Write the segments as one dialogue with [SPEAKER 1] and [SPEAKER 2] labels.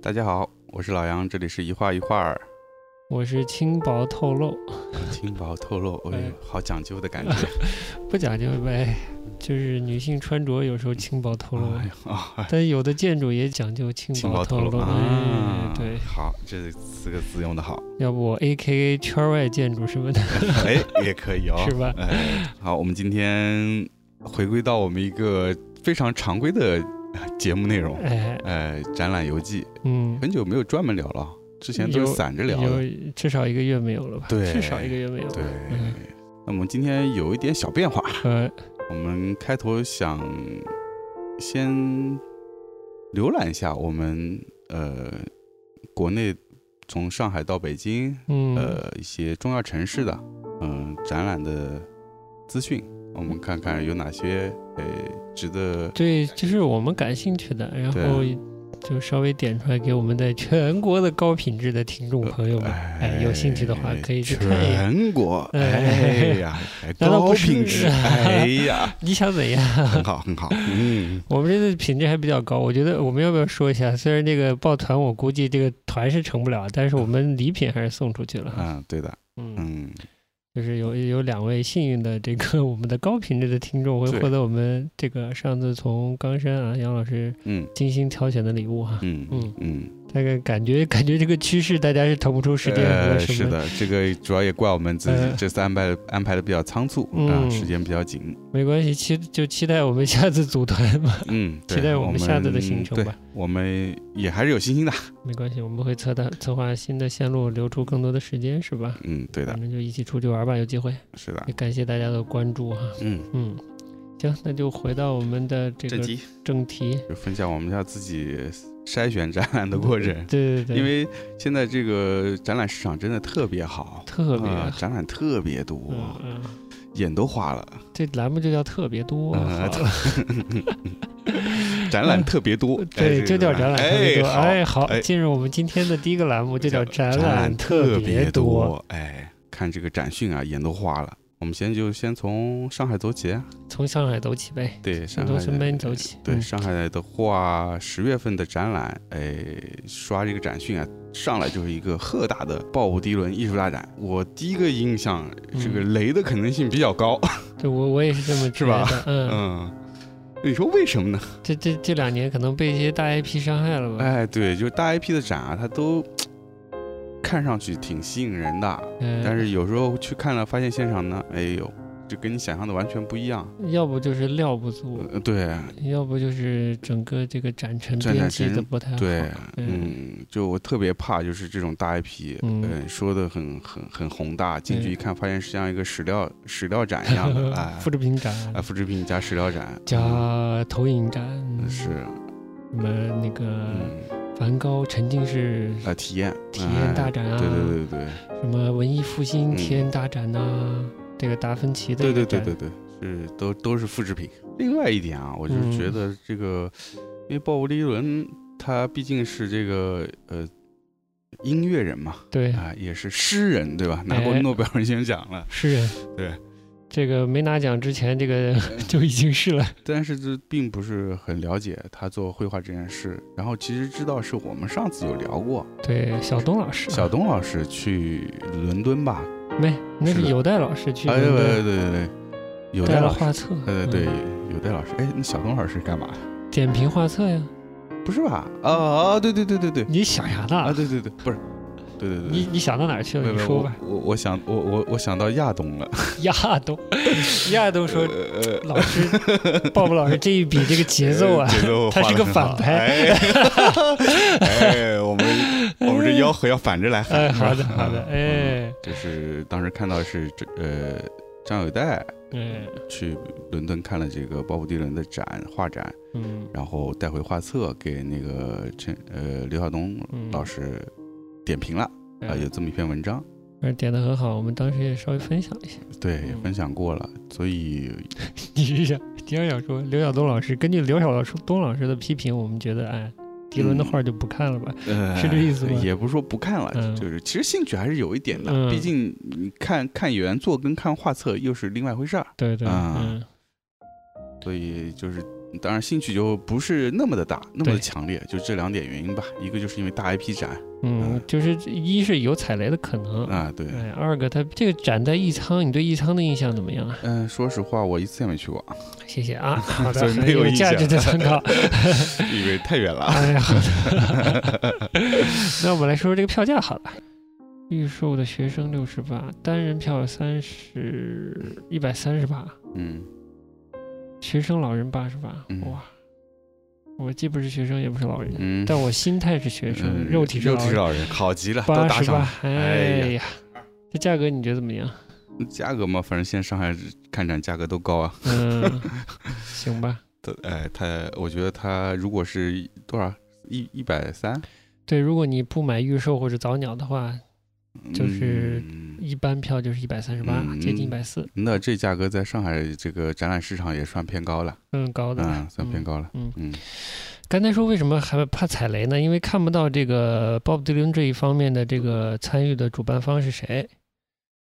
[SPEAKER 1] 大家好，我是老杨，这里是一画一画儿，
[SPEAKER 2] 我是轻薄透漏，
[SPEAKER 1] 轻薄透露，哎呦
[SPEAKER 2] 哎，
[SPEAKER 1] 好讲究的感觉。
[SPEAKER 2] 不讲究呗，就是女性穿着有时候轻薄透漏，
[SPEAKER 1] 哎呦，啊 哎
[SPEAKER 2] 但有的建筑也讲究轻
[SPEAKER 1] 轻薄
[SPEAKER 2] 薄
[SPEAKER 1] 透
[SPEAKER 2] 漏。
[SPEAKER 1] 露啊
[SPEAKER 2] 哎，，对，
[SPEAKER 1] 好，这四个字用的好，
[SPEAKER 2] 要不我 A K A 圈外建筑什么的，
[SPEAKER 1] 哎，也可以哦，
[SPEAKER 2] 是吧？
[SPEAKER 1] 哎，好，我们今天回归到我们一个非常常规的呃节目内容，
[SPEAKER 2] 哎，
[SPEAKER 1] 呃，展览游记，
[SPEAKER 2] 嗯，
[SPEAKER 1] 很久没有专门聊了，之前都
[SPEAKER 2] 有
[SPEAKER 1] 是散着聊的，
[SPEAKER 2] 有至少一个月没有了吧？
[SPEAKER 1] 对
[SPEAKER 2] 至少一个月没有了。
[SPEAKER 1] 对
[SPEAKER 2] 嗯。
[SPEAKER 1] 那我们今天有一点小变化，
[SPEAKER 2] 呃，
[SPEAKER 1] 我们开头想先浏览一下我们呃国内从上海到北京
[SPEAKER 2] 嗯，
[SPEAKER 1] 呃一些重要城市的嗯、展览的资讯，我们看看有哪些呃值得
[SPEAKER 2] 对，就是我们感兴趣的，然
[SPEAKER 1] 对
[SPEAKER 2] 后就稍微点出来给我们在全国的高品质的听众朋友们，哎，有兴趣的话可以去看一眼。
[SPEAKER 1] 全国，
[SPEAKER 2] 哎
[SPEAKER 1] 哎呀，哎
[SPEAKER 2] 难道
[SPEAKER 1] 高
[SPEAKER 2] 不是
[SPEAKER 1] 品质，哎 呀，
[SPEAKER 2] 你想怎样？
[SPEAKER 1] 很好很好， 嗯，
[SPEAKER 2] 我们这次品质还比较高，我觉得我们要不要说一下？虽然这个抱团，我估计这个团是成不了，但是我们礼品还是送出去了。
[SPEAKER 1] 嗯，对的，
[SPEAKER 2] 嗯，
[SPEAKER 1] 嗯，
[SPEAKER 2] 就是有有两位幸运的这个我们的高品质的听众会
[SPEAKER 1] 对
[SPEAKER 2] 获得我们这个上次从冈山啊杨老师
[SPEAKER 1] 嗯，
[SPEAKER 2] 精心挑选的礼物哈、
[SPEAKER 1] 嗯，嗯
[SPEAKER 2] 嗯，
[SPEAKER 1] 嗯。
[SPEAKER 2] 大概感觉感觉这个趋势大家是腾不出时间和
[SPEAKER 1] 呃，
[SPEAKER 2] 什
[SPEAKER 1] 是
[SPEAKER 2] 么，
[SPEAKER 1] 的，这个主要也怪我们自己
[SPEAKER 2] 呃
[SPEAKER 1] 这次安排安排的比较仓促
[SPEAKER 2] 嗯
[SPEAKER 1] 啊，时间比较 紧。
[SPEAKER 2] 没关系，期就期待我们下次组团吧，
[SPEAKER 1] 嗯，对
[SPEAKER 2] 期待
[SPEAKER 1] 我
[SPEAKER 2] 我们下次的行程
[SPEAKER 1] 对
[SPEAKER 2] 吧，
[SPEAKER 1] 我们也还是有信心的。
[SPEAKER 2] 没关系，我们会策划策划新的线路，留出更多的时间是吧？
[SPEAKER 1] 嗯，对的
[SPEAKER 2] 反，正就一起出去玩吧，有机会。
[SPEAKER 1] 是的
[SPEAKER 2] 也。感谢大家的关注哈、
[SPEAKER 1] 嗯，
[SPEAKER 2] 嗯，行，那就回到我们的这
[SPEAKER 1] 这
[SPEAKER 2] 个
[SPEAKER 1] 集
[SPEAKER 2] 正题。
[SPEAKER 1] 就分享我们家自己筛选展览的过程，
[SPEAKER 2] 对对对，
[SPEAKER 1] 因为现在这个展览市场真的特别好，
[SPEAKER 2] 特别
[SPEAKER 1] 啊展览特别多，
[SPEAKER 2] 嗯嗯，
[SPEAKER 1] 眼都花了。
[SPEAKER 2] 这栏目就叫特别多，
[SPEAKER 1] 呃
[SPEAKER 2] 好了
[SPEAKER 1] 展览特别多，哎
[SPEAKER 2] 对，就叫
[SPEAKER 1] 这
[SPEAKER 2] 展
[SPEAKER 1] 个
[SPEAKER 2] 览特别多。
[SPEAKER 1] 好
[SPEAKER 2] 哎，好
[SPEAKER 1] 哎，
[SPEAKER 2] 进入我们今天的第一个栏目，就叫展
[SPEAKER 1] 览
[SPEAKER 2] 特
[SPEAKER 1] 别
[SPEAKER 2] 多。。
[SPEAKER 1] 哎，看这个展讯啊，眼都花了。我们先就先从上海走起啊，
[SPEAKER 2] 从上海走起呗，
[SPEAKER 1] 对，上海
[SPEAKER 2] 先
[SPEAKER 1] 哎
[SPEAKER 2] 从身边走起。
[SPEAKER 1] 对
[SPEAKER 2] 嗯
[SPEAKER 1] 上海的话，十月份的展览，哎，刷这个展讯啊，上来就是一个赫大的鲍勃迪伦艺术大展。我第一个印象，这个
[SPEAKER 2] 嗯
[SPEAKER 1] 雷的可能性比较高，
[SPEAKER 2] 对我我也是这么觉得
[SPEAKER 1] 是。
[SPEAKER 2] 嗯，
[SPEAKER 1] 嗯。你说为什么呢？
[SPEAKER 2] 这这这两年可能被一些大 IP 伤害了吧？
[SPEAKER 1] 哎，对，就是大 IP 的展啊，它都看上去挺吸引人的，啊
[SPEAKER 2] 嗯，
[SPEAKER 1] 但是有时候去看了，发现现场呢，哎呦，这跟你想象的完全不一样。
[SPEAKER 2] 要不就是料不足，
[SPEAKER 1] 呃，对
[SPEAKER 2] 要不就是整个这个展陈
[SPEAKER 1] 展
[SPEAKER 2] 编
[SPEAKER 1] 陈
[SPEAKER 2] 辑的不太好。
[SPEAKER 1] 对，
[SPEAKER 2] 嗯
[SPEAKER 1] 嗯，就我特别怕就是这种大 IP，
[SPEAKER 2] 嗯
[SPEAKER 1] 嗯，说的很很很宏大，进去
[SPEAKER 2] 嗯
[SPEAKER 1] 一看，发现是像一个史料史料展一样的，哎
[SPEAKER 2] ，复制品展
[SPEAKER 1] 啊，复制品加史料展，嗯
[SPEAKER 2] 加投影展，
[SPEAKER 1] 是，
[SPEAKER 2] 什么那个
[SPEAKER 1] 嗯，
[SPEAKER 2] 梵高沉浸式
[SPEAKER 1] 啊，体验
[SPEAKER 2] 体验大展
[SPEAKER 1] 哎
[SPEAKER 2] 啊，
[SPEAKER 1] 对对对对
[SPEAKER 2] 什么文艺复兴
[SPEAKER 1] 嗯
[SPEAKER 2] 体验大展呐、这个达芬奇的
[SPEAKER 1] 对
[SPEAKER 2] 一
[SPEAKER 1] 对
[SPEAKER 2] 个
[SPEAKER 1] 对
[SPEAKER 2] 展
[SPEAKER 1] 对对，是都都是复制品。另外一点啊，我就是
[SPEAKER 2] 嗯
[SPEAKER 1] 觉得这个，因为鲍勃迪伦他毕竟是这个呃音乐人嘛，
[SPEAKER 2] 对
[SPEAKER 1] 啊，也是诗人对吧？拿过
[SPEAKER 2] 哎
[SPEAKER 1] 诺贝尔文学奖了，
[SPEAKER 2] 诗人，
[SPEAKER 1] 对
[SPEAKER 2] 这个没拿奖之前，这 个就已经是了，
[SPEAKER 1] 但是这并不是很了解他做绘画这件事。然后其实知道是我们上次有聊过，
[SPEAKER 2] 对小东老师，
[SPEAKER 1] 小东老师去伦敦吧？
[SPEAKER 2] 没，那
[SPEAKER 1] 是的
[SPEAKER 2] 是有代老师去
[SPEAKER 1] 哎，
[SPEAKER 2] 伦
[SPEAKER 1] 对对
[SPEAKER 2] 敦
[SPEAKER 1] 对对，有
[SPEAKER 2] 带
[SPEAKER 1] 戴
[SPEAKER 2] 了
[SPEAKER 1] 老师，
[SPEAKER 2] 画册，
[SPEAKER 1] 呃，对
[SPEAKER 2] 嗯，
[SPEAKER 1] 有戴老师。哎，那小东老师干嘛？
[SPEAKER 2] 点评画册呀，
[SPEAKER 1] 不是吧？啊啊，对对对对对，
[SPEAKER 2] 你想啥
[SPEAKER 1] 啊
[SPEAKER 2] 呢？
[SPEAKER 1] 对对对，不是，对对对，
[SPEAKER 2] 你你想到哪儿去
[SPEAKER 1] 没有
[SPEAKER 2] 了？你
[SPEAKER 1] 没有
[SPEAKER 2] 说吧。
[SPEAKER 1] 我我我想我我我想到亚东了。
[SPEAKER 2] 亚 东，亚东说
[SPEAKER 1] 呃
[SPEAKER 2] 老师，鲍勃老师这一笔这个节奏啊，
[SPEAKER 1] 节奏
[SPEAKER 2] 他是个反派
[SPEAKER 1] 哎哎，我 们我们这吆喝要反着来喊。
[SPEAKER 2] 哎，好
[SPEAKER 1] 是
[SPEAKER 2] 的
[SPEAKER 1] 吧
[SPEAKER 2] 好的，，
[SPEAKER 1] 呃嗯
[SPEAKER 2] 哎
[SPEAKER 1] 就是当时看到是这呃张友代
[SPEAKER 2] 哎
[SPEAKER 1] 去伦敦看了这个鲍勃迪伦的展画展，
[SPEAKER 2] 嗯
[SPEAKER 1] 然后带回画册给那个陈呃刘晓东
[SPEAKER 2] 嗯，
[SPEAKER 1] 老师点评了啊、
[SPEAKER 2] 哎
[SPEAKER 1] 有这么一篇文章，
[SPEAKER 2] 而点的很好，我们当时也稍微分享一下。
[SPEAKER 1] 对也
[SPEAKER 2] 嗯
[SPEAKER 1] 分享过了，所以
[SPEAKER 2] 你是想你要想说刘晓东老师，根据刘晓老师东老师的批评，我们觉得哎，迪伦的画就不看了吧？
[SPEAKER 1] 呃
[SPEAKER 2] 是这意思吗
[SPEAKER 1] 也不是说不看了，
[SPEAKER 2] 嗯
[SPEAKER 1] 就是其实兴趣还是有一点的，
[SPEAKER 2] 嗯
[SPEAKER 1] 毕竟你看看原啊
[SPEAKER 2] 嗯
[SPEAKER 1] 作跟看画册又是另外一回事儿，
[SPEAKER 2] 对对，
[SPEAKER 1] 啊
[SPEAKER 2] 嗯
[SPEAKER 1] 所以就是当然兴趣就不是那么的大，那么
[SPEAKER 2] 对
[SPEAKER 1] 的强烈，就这两点原因吧。一个就是因为大 IP 展
[SPEAKER 2] 嗯，就是一是有踩雷的可能，
[SPEAKER 1] 啊，对，
[SPEAKER 2] 哎，二个它这个展在宜昌，你对宜昌的印象怎么样啊？
[SPEAKER 1] 嗯、说实话我一次也没去过，
[SPEAKER 2] 谢谢啊，好的，
[SPEAKER 1] 所以
[SPEAKER 2] 很
[SPEAKER 1] 没有
[SPEAKER 2] 有
[SPEAKER 1] 印
[SPEAKER 2] 价
[SPEAKER 1] 象
[SPEAKER 2] 值的参考。
[SPEAKER 1] 因为太远 了。
[SPEAKER 2] 哎呀，好的 那我们来说说这个票价好了。预售的学生六十八，单人票三十一百三十八，
[SPEAKER 1] 嗯，
[SPEAKER 2] 学生老人八十八
[SPEAKER 1] 嗯。
[SPEAKER 2] 哇，我既不是学生也不是老人，
[SPEAKER 1] 嗯，
[SPEAKER 2] 但我心态是学生，
[SPEAKER 1] 嗯
[SPEAKER 2] 肉体是
[SPEAKER 1] 肉
[SPEAKER 2] 老
[SPEAKER 1] 体是
[SPEAKER 2] 人。
[SPEAKER 1] 老人，好极了，都
[SPEAKER 2] 八
[SPEAKER 1] 打
[SPEAKER 2] 十
[SPEAKER 1] 赏
[SPEAKER 2] 八
[SPEAKER 1] 了。，
[SPEAKER 2] 哎
[SPEAKER 1] 哎
[SPEAKER 2] 呀，这价格你觉得怎么样？
[SPEAKER 1] 价格嘛，反正现在上海看展价格都高啊。
[SPEAKER 2] 嗯， 行吧。
[SPEAKER 1] 它哎，它我觉得它如果是多少一一百三，
[SPEAKER 2] 对，如果你不买预售或者早鸟的话，就是
[SPEAKER 1] 嗯
[SPEAKER 2] 一般票就是一百三十八，
[SPEAKER 1] 嗯
[SPEAKER 2] 接近一百四，
[SPEAKER 1] 那这价格在上海这个展览市场也算偏高了，
[SPEAKER 2] 嗯，高的了。
[SPEAKER 1] 嗯，算偏高了。
[SPEAKER 2] 嗯
[SPEAKER 1] 嗯
[SPEAKER 2] 刚才说为什么还怕踩雷呢？因为看不到这个鲍勃迪伦这一方面的这个参与的主办方是谁，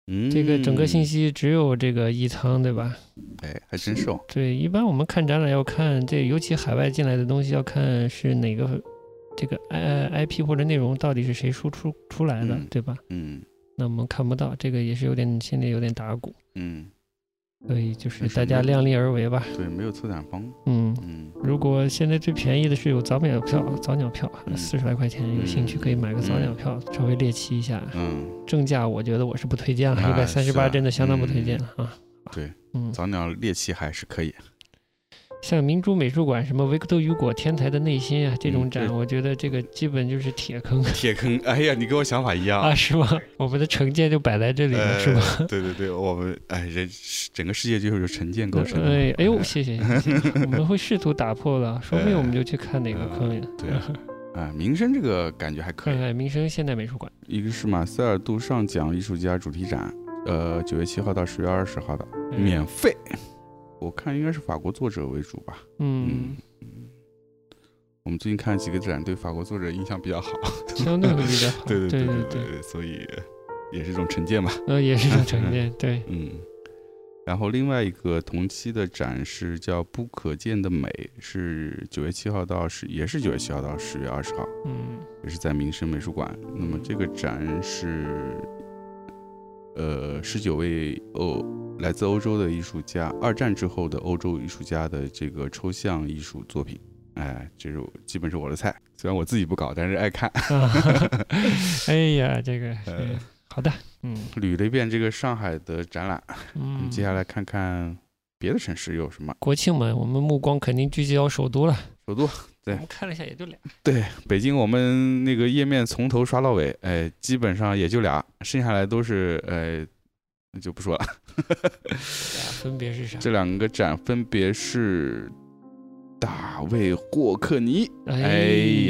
[SPEAKER 1] 嗯，
[SPEAKER 2] 这个整个信息只有这个宜昌，对吧？
[SPEAKER 1] 哎，还真是哦。
[SPEAKER 2] 对，一般我们看展览要看这，尤其海外进来的东西要看是哪个这个呃 I I P 或者内容到底是谁输出出来的
[SPEAKER 1] 嗯，
[SPEAKER 2] 对吧？
[SPEAKER 1] 嗯
[SPEAKER 2] 那我们看不到，这个也是有点心里有点打鼓，
[SPEAKER 1] 嗯，
[SPEAKER 2] 所以就是
[SPEAKER 1] 没事
[SPEAKER 2] 大家
[SPEAKER 1] 没事
[SPEAKER 2] 量力而为吧。
[SPEAKER 1] 对，没有策展方，
[SPEAKER 2] 嗯，
[SPEAKER 1] 嗯
[SPEAKER 2] 如果现在最便宜的是有早鸟票，早鸟票
[SPEAKER 1] 嗯
[SPEAKER 2] 四十来块钱，有兴趣可以买个早鸟票，稍微猎奇一下。
[SPEAKER 1] 嗯，
[SPEAKER 2] 正价我觉得我是不推荐了，一
[SPEAKER 1] 啊
[SPEAKER 2] 百三十八
[SPEAKER 1] 是
[SPEAKER 2] 真的相当不推荐了啊。
[SPEAKER 1] 对，
[SPEAKER 2] 嗯，
[SPEAKER 1] 早鸟猎奇还是可以。
[SPEAKER 2] 像明珠美术馆什么维克多雨果《天才的内心》啊这种
[SPEAKER 1] 嗯对
[SPEAKER 2] 展，我觉得这个基本就是铁坑
[SPEAKER 1] 铁坑，哎呀，你跟我想法一样
[SPEAKER 2] 啊， 是吗？我们的成见就摆在这里了，是吗？
[SPEAKER 1] 呃？对对对，我们哎，人整个世界就是由成见构成的。
[SPEAKER 2] 哎哎呦，谢谢谢谢，我们会试图打破的，说不定我们就去看哪个坑呀。
[SPEAKER 1] 对啊啊，名声这个感觉还可
[SPEAKER 2] 看
[SPEAKER 1] 以。
[SPEAKER 2] 看民生现代美术馆，
[SPEAKER 1] 一个是马塞尔·杜尚奖艺术家主题展，呃，九月七号到十月二十号的，
[SPEAKER 2] 哎
[SPEAKER 1] 免费。我看应该是法国作者为主吧。
[SPEAKER 2] 嗯
[SPEAKER 1] 嗯，嗯我们最近看了几个展，对法国作者印象比 较好。
[SPEAKER 2] 相对会比较好。
[SPEAKER 1] 对
[SPEAKER 2] 对
[SPEAKER 1] 对
[SPEAKER 2] 对
[SPEAKER 1] 对，对，所以也是一种成见吧。
[SPEAKER 2] 呃，也是一种 成见，对，
[SPEAKER 1] 嗯，然后另外一个同期的展是叫《不可见的美》，是九月七号到十，也是九月七号到十月二十号，
[SPEAKER 2] 嗯
[SPEAKER 1] 也是在民生美术馆。那么这个展是，呃，十九位欧来自欧洲的艺术家，二战之后的欧洲艺术家的这个抽象艺术作品。哎，这是我基本是我的菜，虽然我自己不搞，但是爱看。
[SPEAKER 2] 啊，哎呀，这个是
[SPEAKER 1] 呃
[SPEAKER 2] 好的，嗯
[SPEAKER 1] 捋了一遍这个上海的展览，我
[SPEAKER 2] 嗯
[SPEAKER 1] 们，接下来看看别的城市有什么。
[SPEAKER 2] 国庆嘛，我们目光肯定聚焦首都了。
[SPEAKER 1] 首都对
[SPEAKER 2] 我们看了一下，也就俩。
[SPEAKER 1] 对，北京我们那个页面从头刷到尾，哎，基本上也就俩，剩下来都是呃，就不说了。
[SPEAKER 2] 俩分别是啥？
[SPEAKER 1] 这两个展分别是大卫霍克尼，
[SPEAKER 2] 哎
[SPEAKER 1] 哎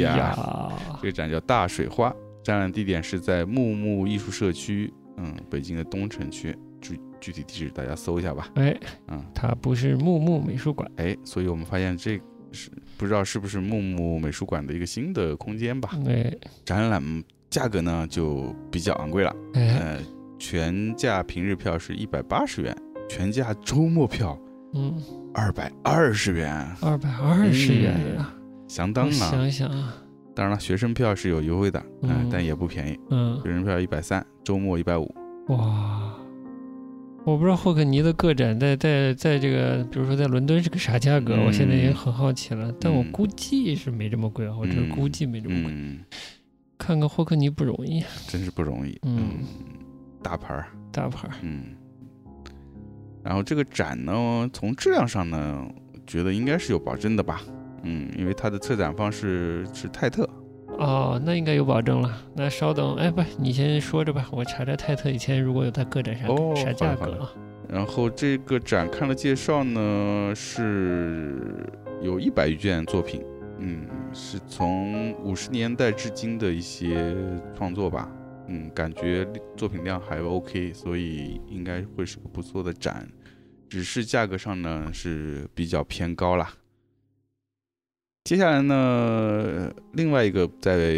[SPEAKER 2] 呀
[SPEAKER 1] 这，个展叫《大水花》，展览地点是在木木艺术社区，嗯，北京的东城区，具具体地址大家搜一下吧，
[SPEAKER 2] 哎，
[SPEAKER 1] 嗯，
[SPEAKER 2] 它不是木木美术馆，
[SPEAKER 1] 哎，所以我们发现这是不知道是不是木木美术馆的一个新的空间吧？
[SPEAKER 2] 哎
[SPEAKER 1] 展览价格呢就比较昂贵了。
[SPEAKER 2] 哎，
[SPEAKER 1] 呃，全价平日票是一百八十元，全价周末票
[SPEAKER 2] 嗯，
[SPEAKER 1] 二百二十元，
[SPEAKER 2] 二百二十元呀，
[SPEAKER 1] 相嗯当
[SPEAKER 2] 我
[SPEAKER 1] 啊！
[SPEAKER 2] 想想啊，
[SPEAKER 1] 当然了，学生票是有优惠的，嗯、
[SPEAKER 2] 嗯
[SPEAKER 1] 但也不便宜，
[SPEAKER 2] 嗯，
[SPEAKER 1] 学生票一百三，周末一百五。
[SPEAKER 2] 哇。我不知道霍克尼的个展在在在这个，比如说在伦敦是个啥价格，
[SPEAKER 1] 嗯
[SPEAKER 2] 我现在也很好奇了。但我
[SPEAKER 1] 嗯
[SPEAKER 2] 估计是没这么贵啊，我只是
[SPEAKER 1] 嗯
[SPEAKER 2] 估计没这么贵。
[SPEAKER 1] 嗯，
[SPEAKER 2] 看看霍克尼不容易，
[SPEAKER 1] 真是不容易。
[SPEAKER 2] 嗯
[SPEAKER 1] 嗯，大牌儿。
[SPEAKER 2] 大牌儿。
[SPEAKER 1] 嗯，然后这个展呢，从质量上呢，觉得应该是有保证的吧。嗯，因为它的策展方是是泰特，
[SPEAKER 2] 哦，那应该有保证了。那稍等，哎，不，你先说着吧，我查查泰特以前如果有他个展啥、
[SPEAKER 1] 哦
[SPEAKER 2] 啥价格
[SPEAKER 1] 好的
[SPEAKER 2] 啊？
[SPEAKER 1] 然后这个展看了介绍呢，是有一百余件作品，嗯，是从五十年代至今的一些创作吧，嗯，感觉作品量还 OK，所以应该会是个不错的展，只是价格上呢是比较偏高啦。接下来呢，另外一个在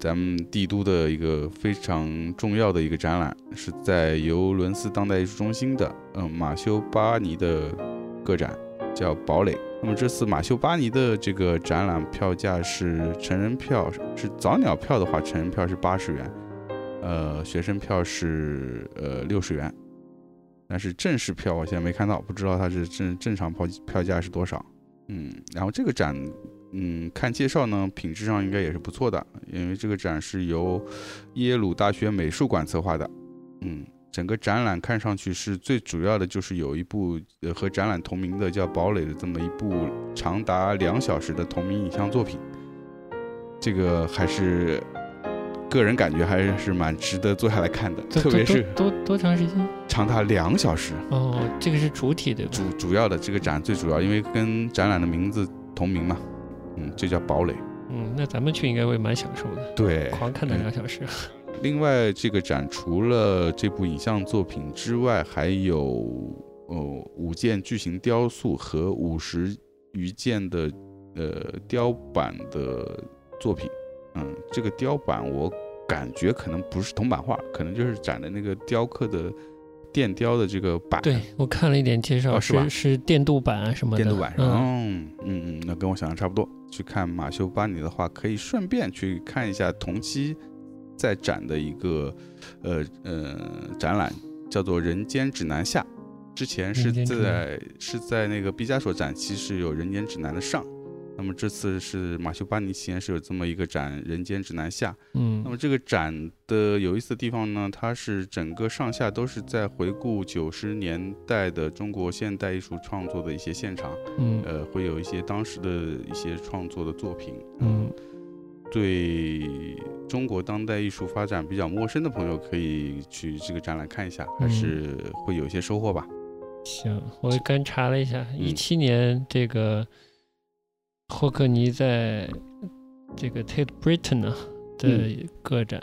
[SPEAKER 1] 咱们帝都的一个非常重要的一个展览，是在尤伦斯当代艺术中心的，嗯，马修巴尼的个展，叫《堡垒》，那么这次马修巴尼的这个展览票价是成人票是早鸟票的话，成人票是八十元，呃，学生票是呃六十元，但是正式票我现在没看到，不知道它是正正常票票价是多少。嗯，然后这个展，嗯，看介绍呢，品质上应该也是不错的，因为这个展是由耶鲁大学美术馆策划的。嗯，整个展览看上去是最主要的，就是有一部呃和展览同名的叫《堡垒》的这么一部长达两小时的同名影像作品。这个还是个人感觉还是蛮值得坐下来看的，
[SPEAKER 2] 多
[SPEAKER 1] 特别是
[SPEAKER 2] 多多多长时间？
[SPEAKER 1] 长达两小时。
[SPEAKER 2] 哦，这个是主体对吧？
[SPEAKER 1] 主主要的这个展最主要，因为跟展览的名字同名嘛，嗯，这叫堡垒。
[SPEAKER 2] 嗯，那咱们去应该会蛮享受的，
[SPEAKER 1] 对，
[SPEAKER 2] 狂看了两小时。
[SPEAKER 1] 另外，这个展除了这部影像作品之外，还有呃五件巨型雕塑和五十余件的呃雕版的作品。嗯，这个雕版我感觉可能不是铜版画，可能就是展的那个雕刻的电雕的这个版。
[SPEAKER 2] 对我看了一点介绍，
[SPEAKER 1] 哦是吧
[SPEAKER 2] 是是电镀版啊什么的。
[SPEAKER 1] 电镀版上，
[SPEAKER 2] 嗯，
[SPEAKER 1] 嗯嗯嗯，那跟我想的差不多。去看马修巴尼的话，可以顺便去看一下同期在展的一个呃呃展览，叫做《人间指南下》。之前是
[SPEAKER 2] 人间指南
[SPEAKER 1] 在是在那个毕加索展期是有《人间指南》的上，那么这次是马修巴尼期间是有这么一个展《人间指南下》。那
[SPEAKER 2] 嗯
[SPEAKER 1] 么这个展的有意思的地方呢，它是整个上下都是在回顾九十年代的中国现代艺术创作的一些现场，
[SPEAKER 2] 嗯
[SPEAKER 1] 呃，会有一些当时的一些创作的作品。呃
[SPEAKER 2] 嗯，
[SPEAKER 1] 对中国当代艺术发展比较陌生的朋友，可以去这个展览看一下，还
[SPEAKER 2] 嗯
[SPEAKER 1] 是会有一些收获吧。
[SPEAKER 2] 行，我刚查了一下，
[SPEAKER 1] 嗯
[SPEAKER 2] 一七年这个霍克尼在这个 Tate Britain 啊的
[SPEAKER 1] 嗯
[SPEAKER 2] 个展，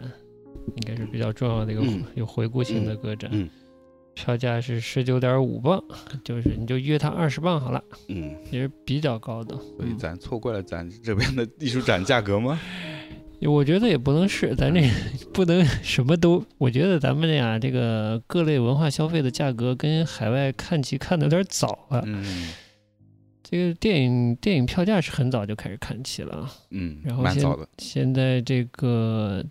[SPEAKER 2] 应该是比较重要的一个
[SPEAKER 1] 嗯
[SPEAKER 2] 有回顾性的个展，
[SPEAKER 1] 嗯嗯
[SPEAKER 2] 票价是十九点五磅，就是你就约它二十磅好了，
[SPEAKER 1] 嗯，
[SPEAKER 2] 也是比较高的。
[SPEAKER 1] 所以
[SPEAKER 2] 嗯
[SPEAKER 1] 咱错怪了咱这边的艺术展价格 吗？
[SPEAKER 2] 我觉得也不能是，咱这 不能什么都。我觉得咱们俩这个各类文化消费的价格跟海外看齐看的有点早了。
[SPEAKER 1] 嗯
[SPEAKER 2] 这个电影电影票价是很早就开始看齐了啊。
[SPEAKER 1] 嗯，
[SPEAKER 2] 然后
[SPEAKER 1] 蛮
[SPEAKER 2] 先
[SPEAKER 1] 早的。
[SPEAKER 2] 现在这个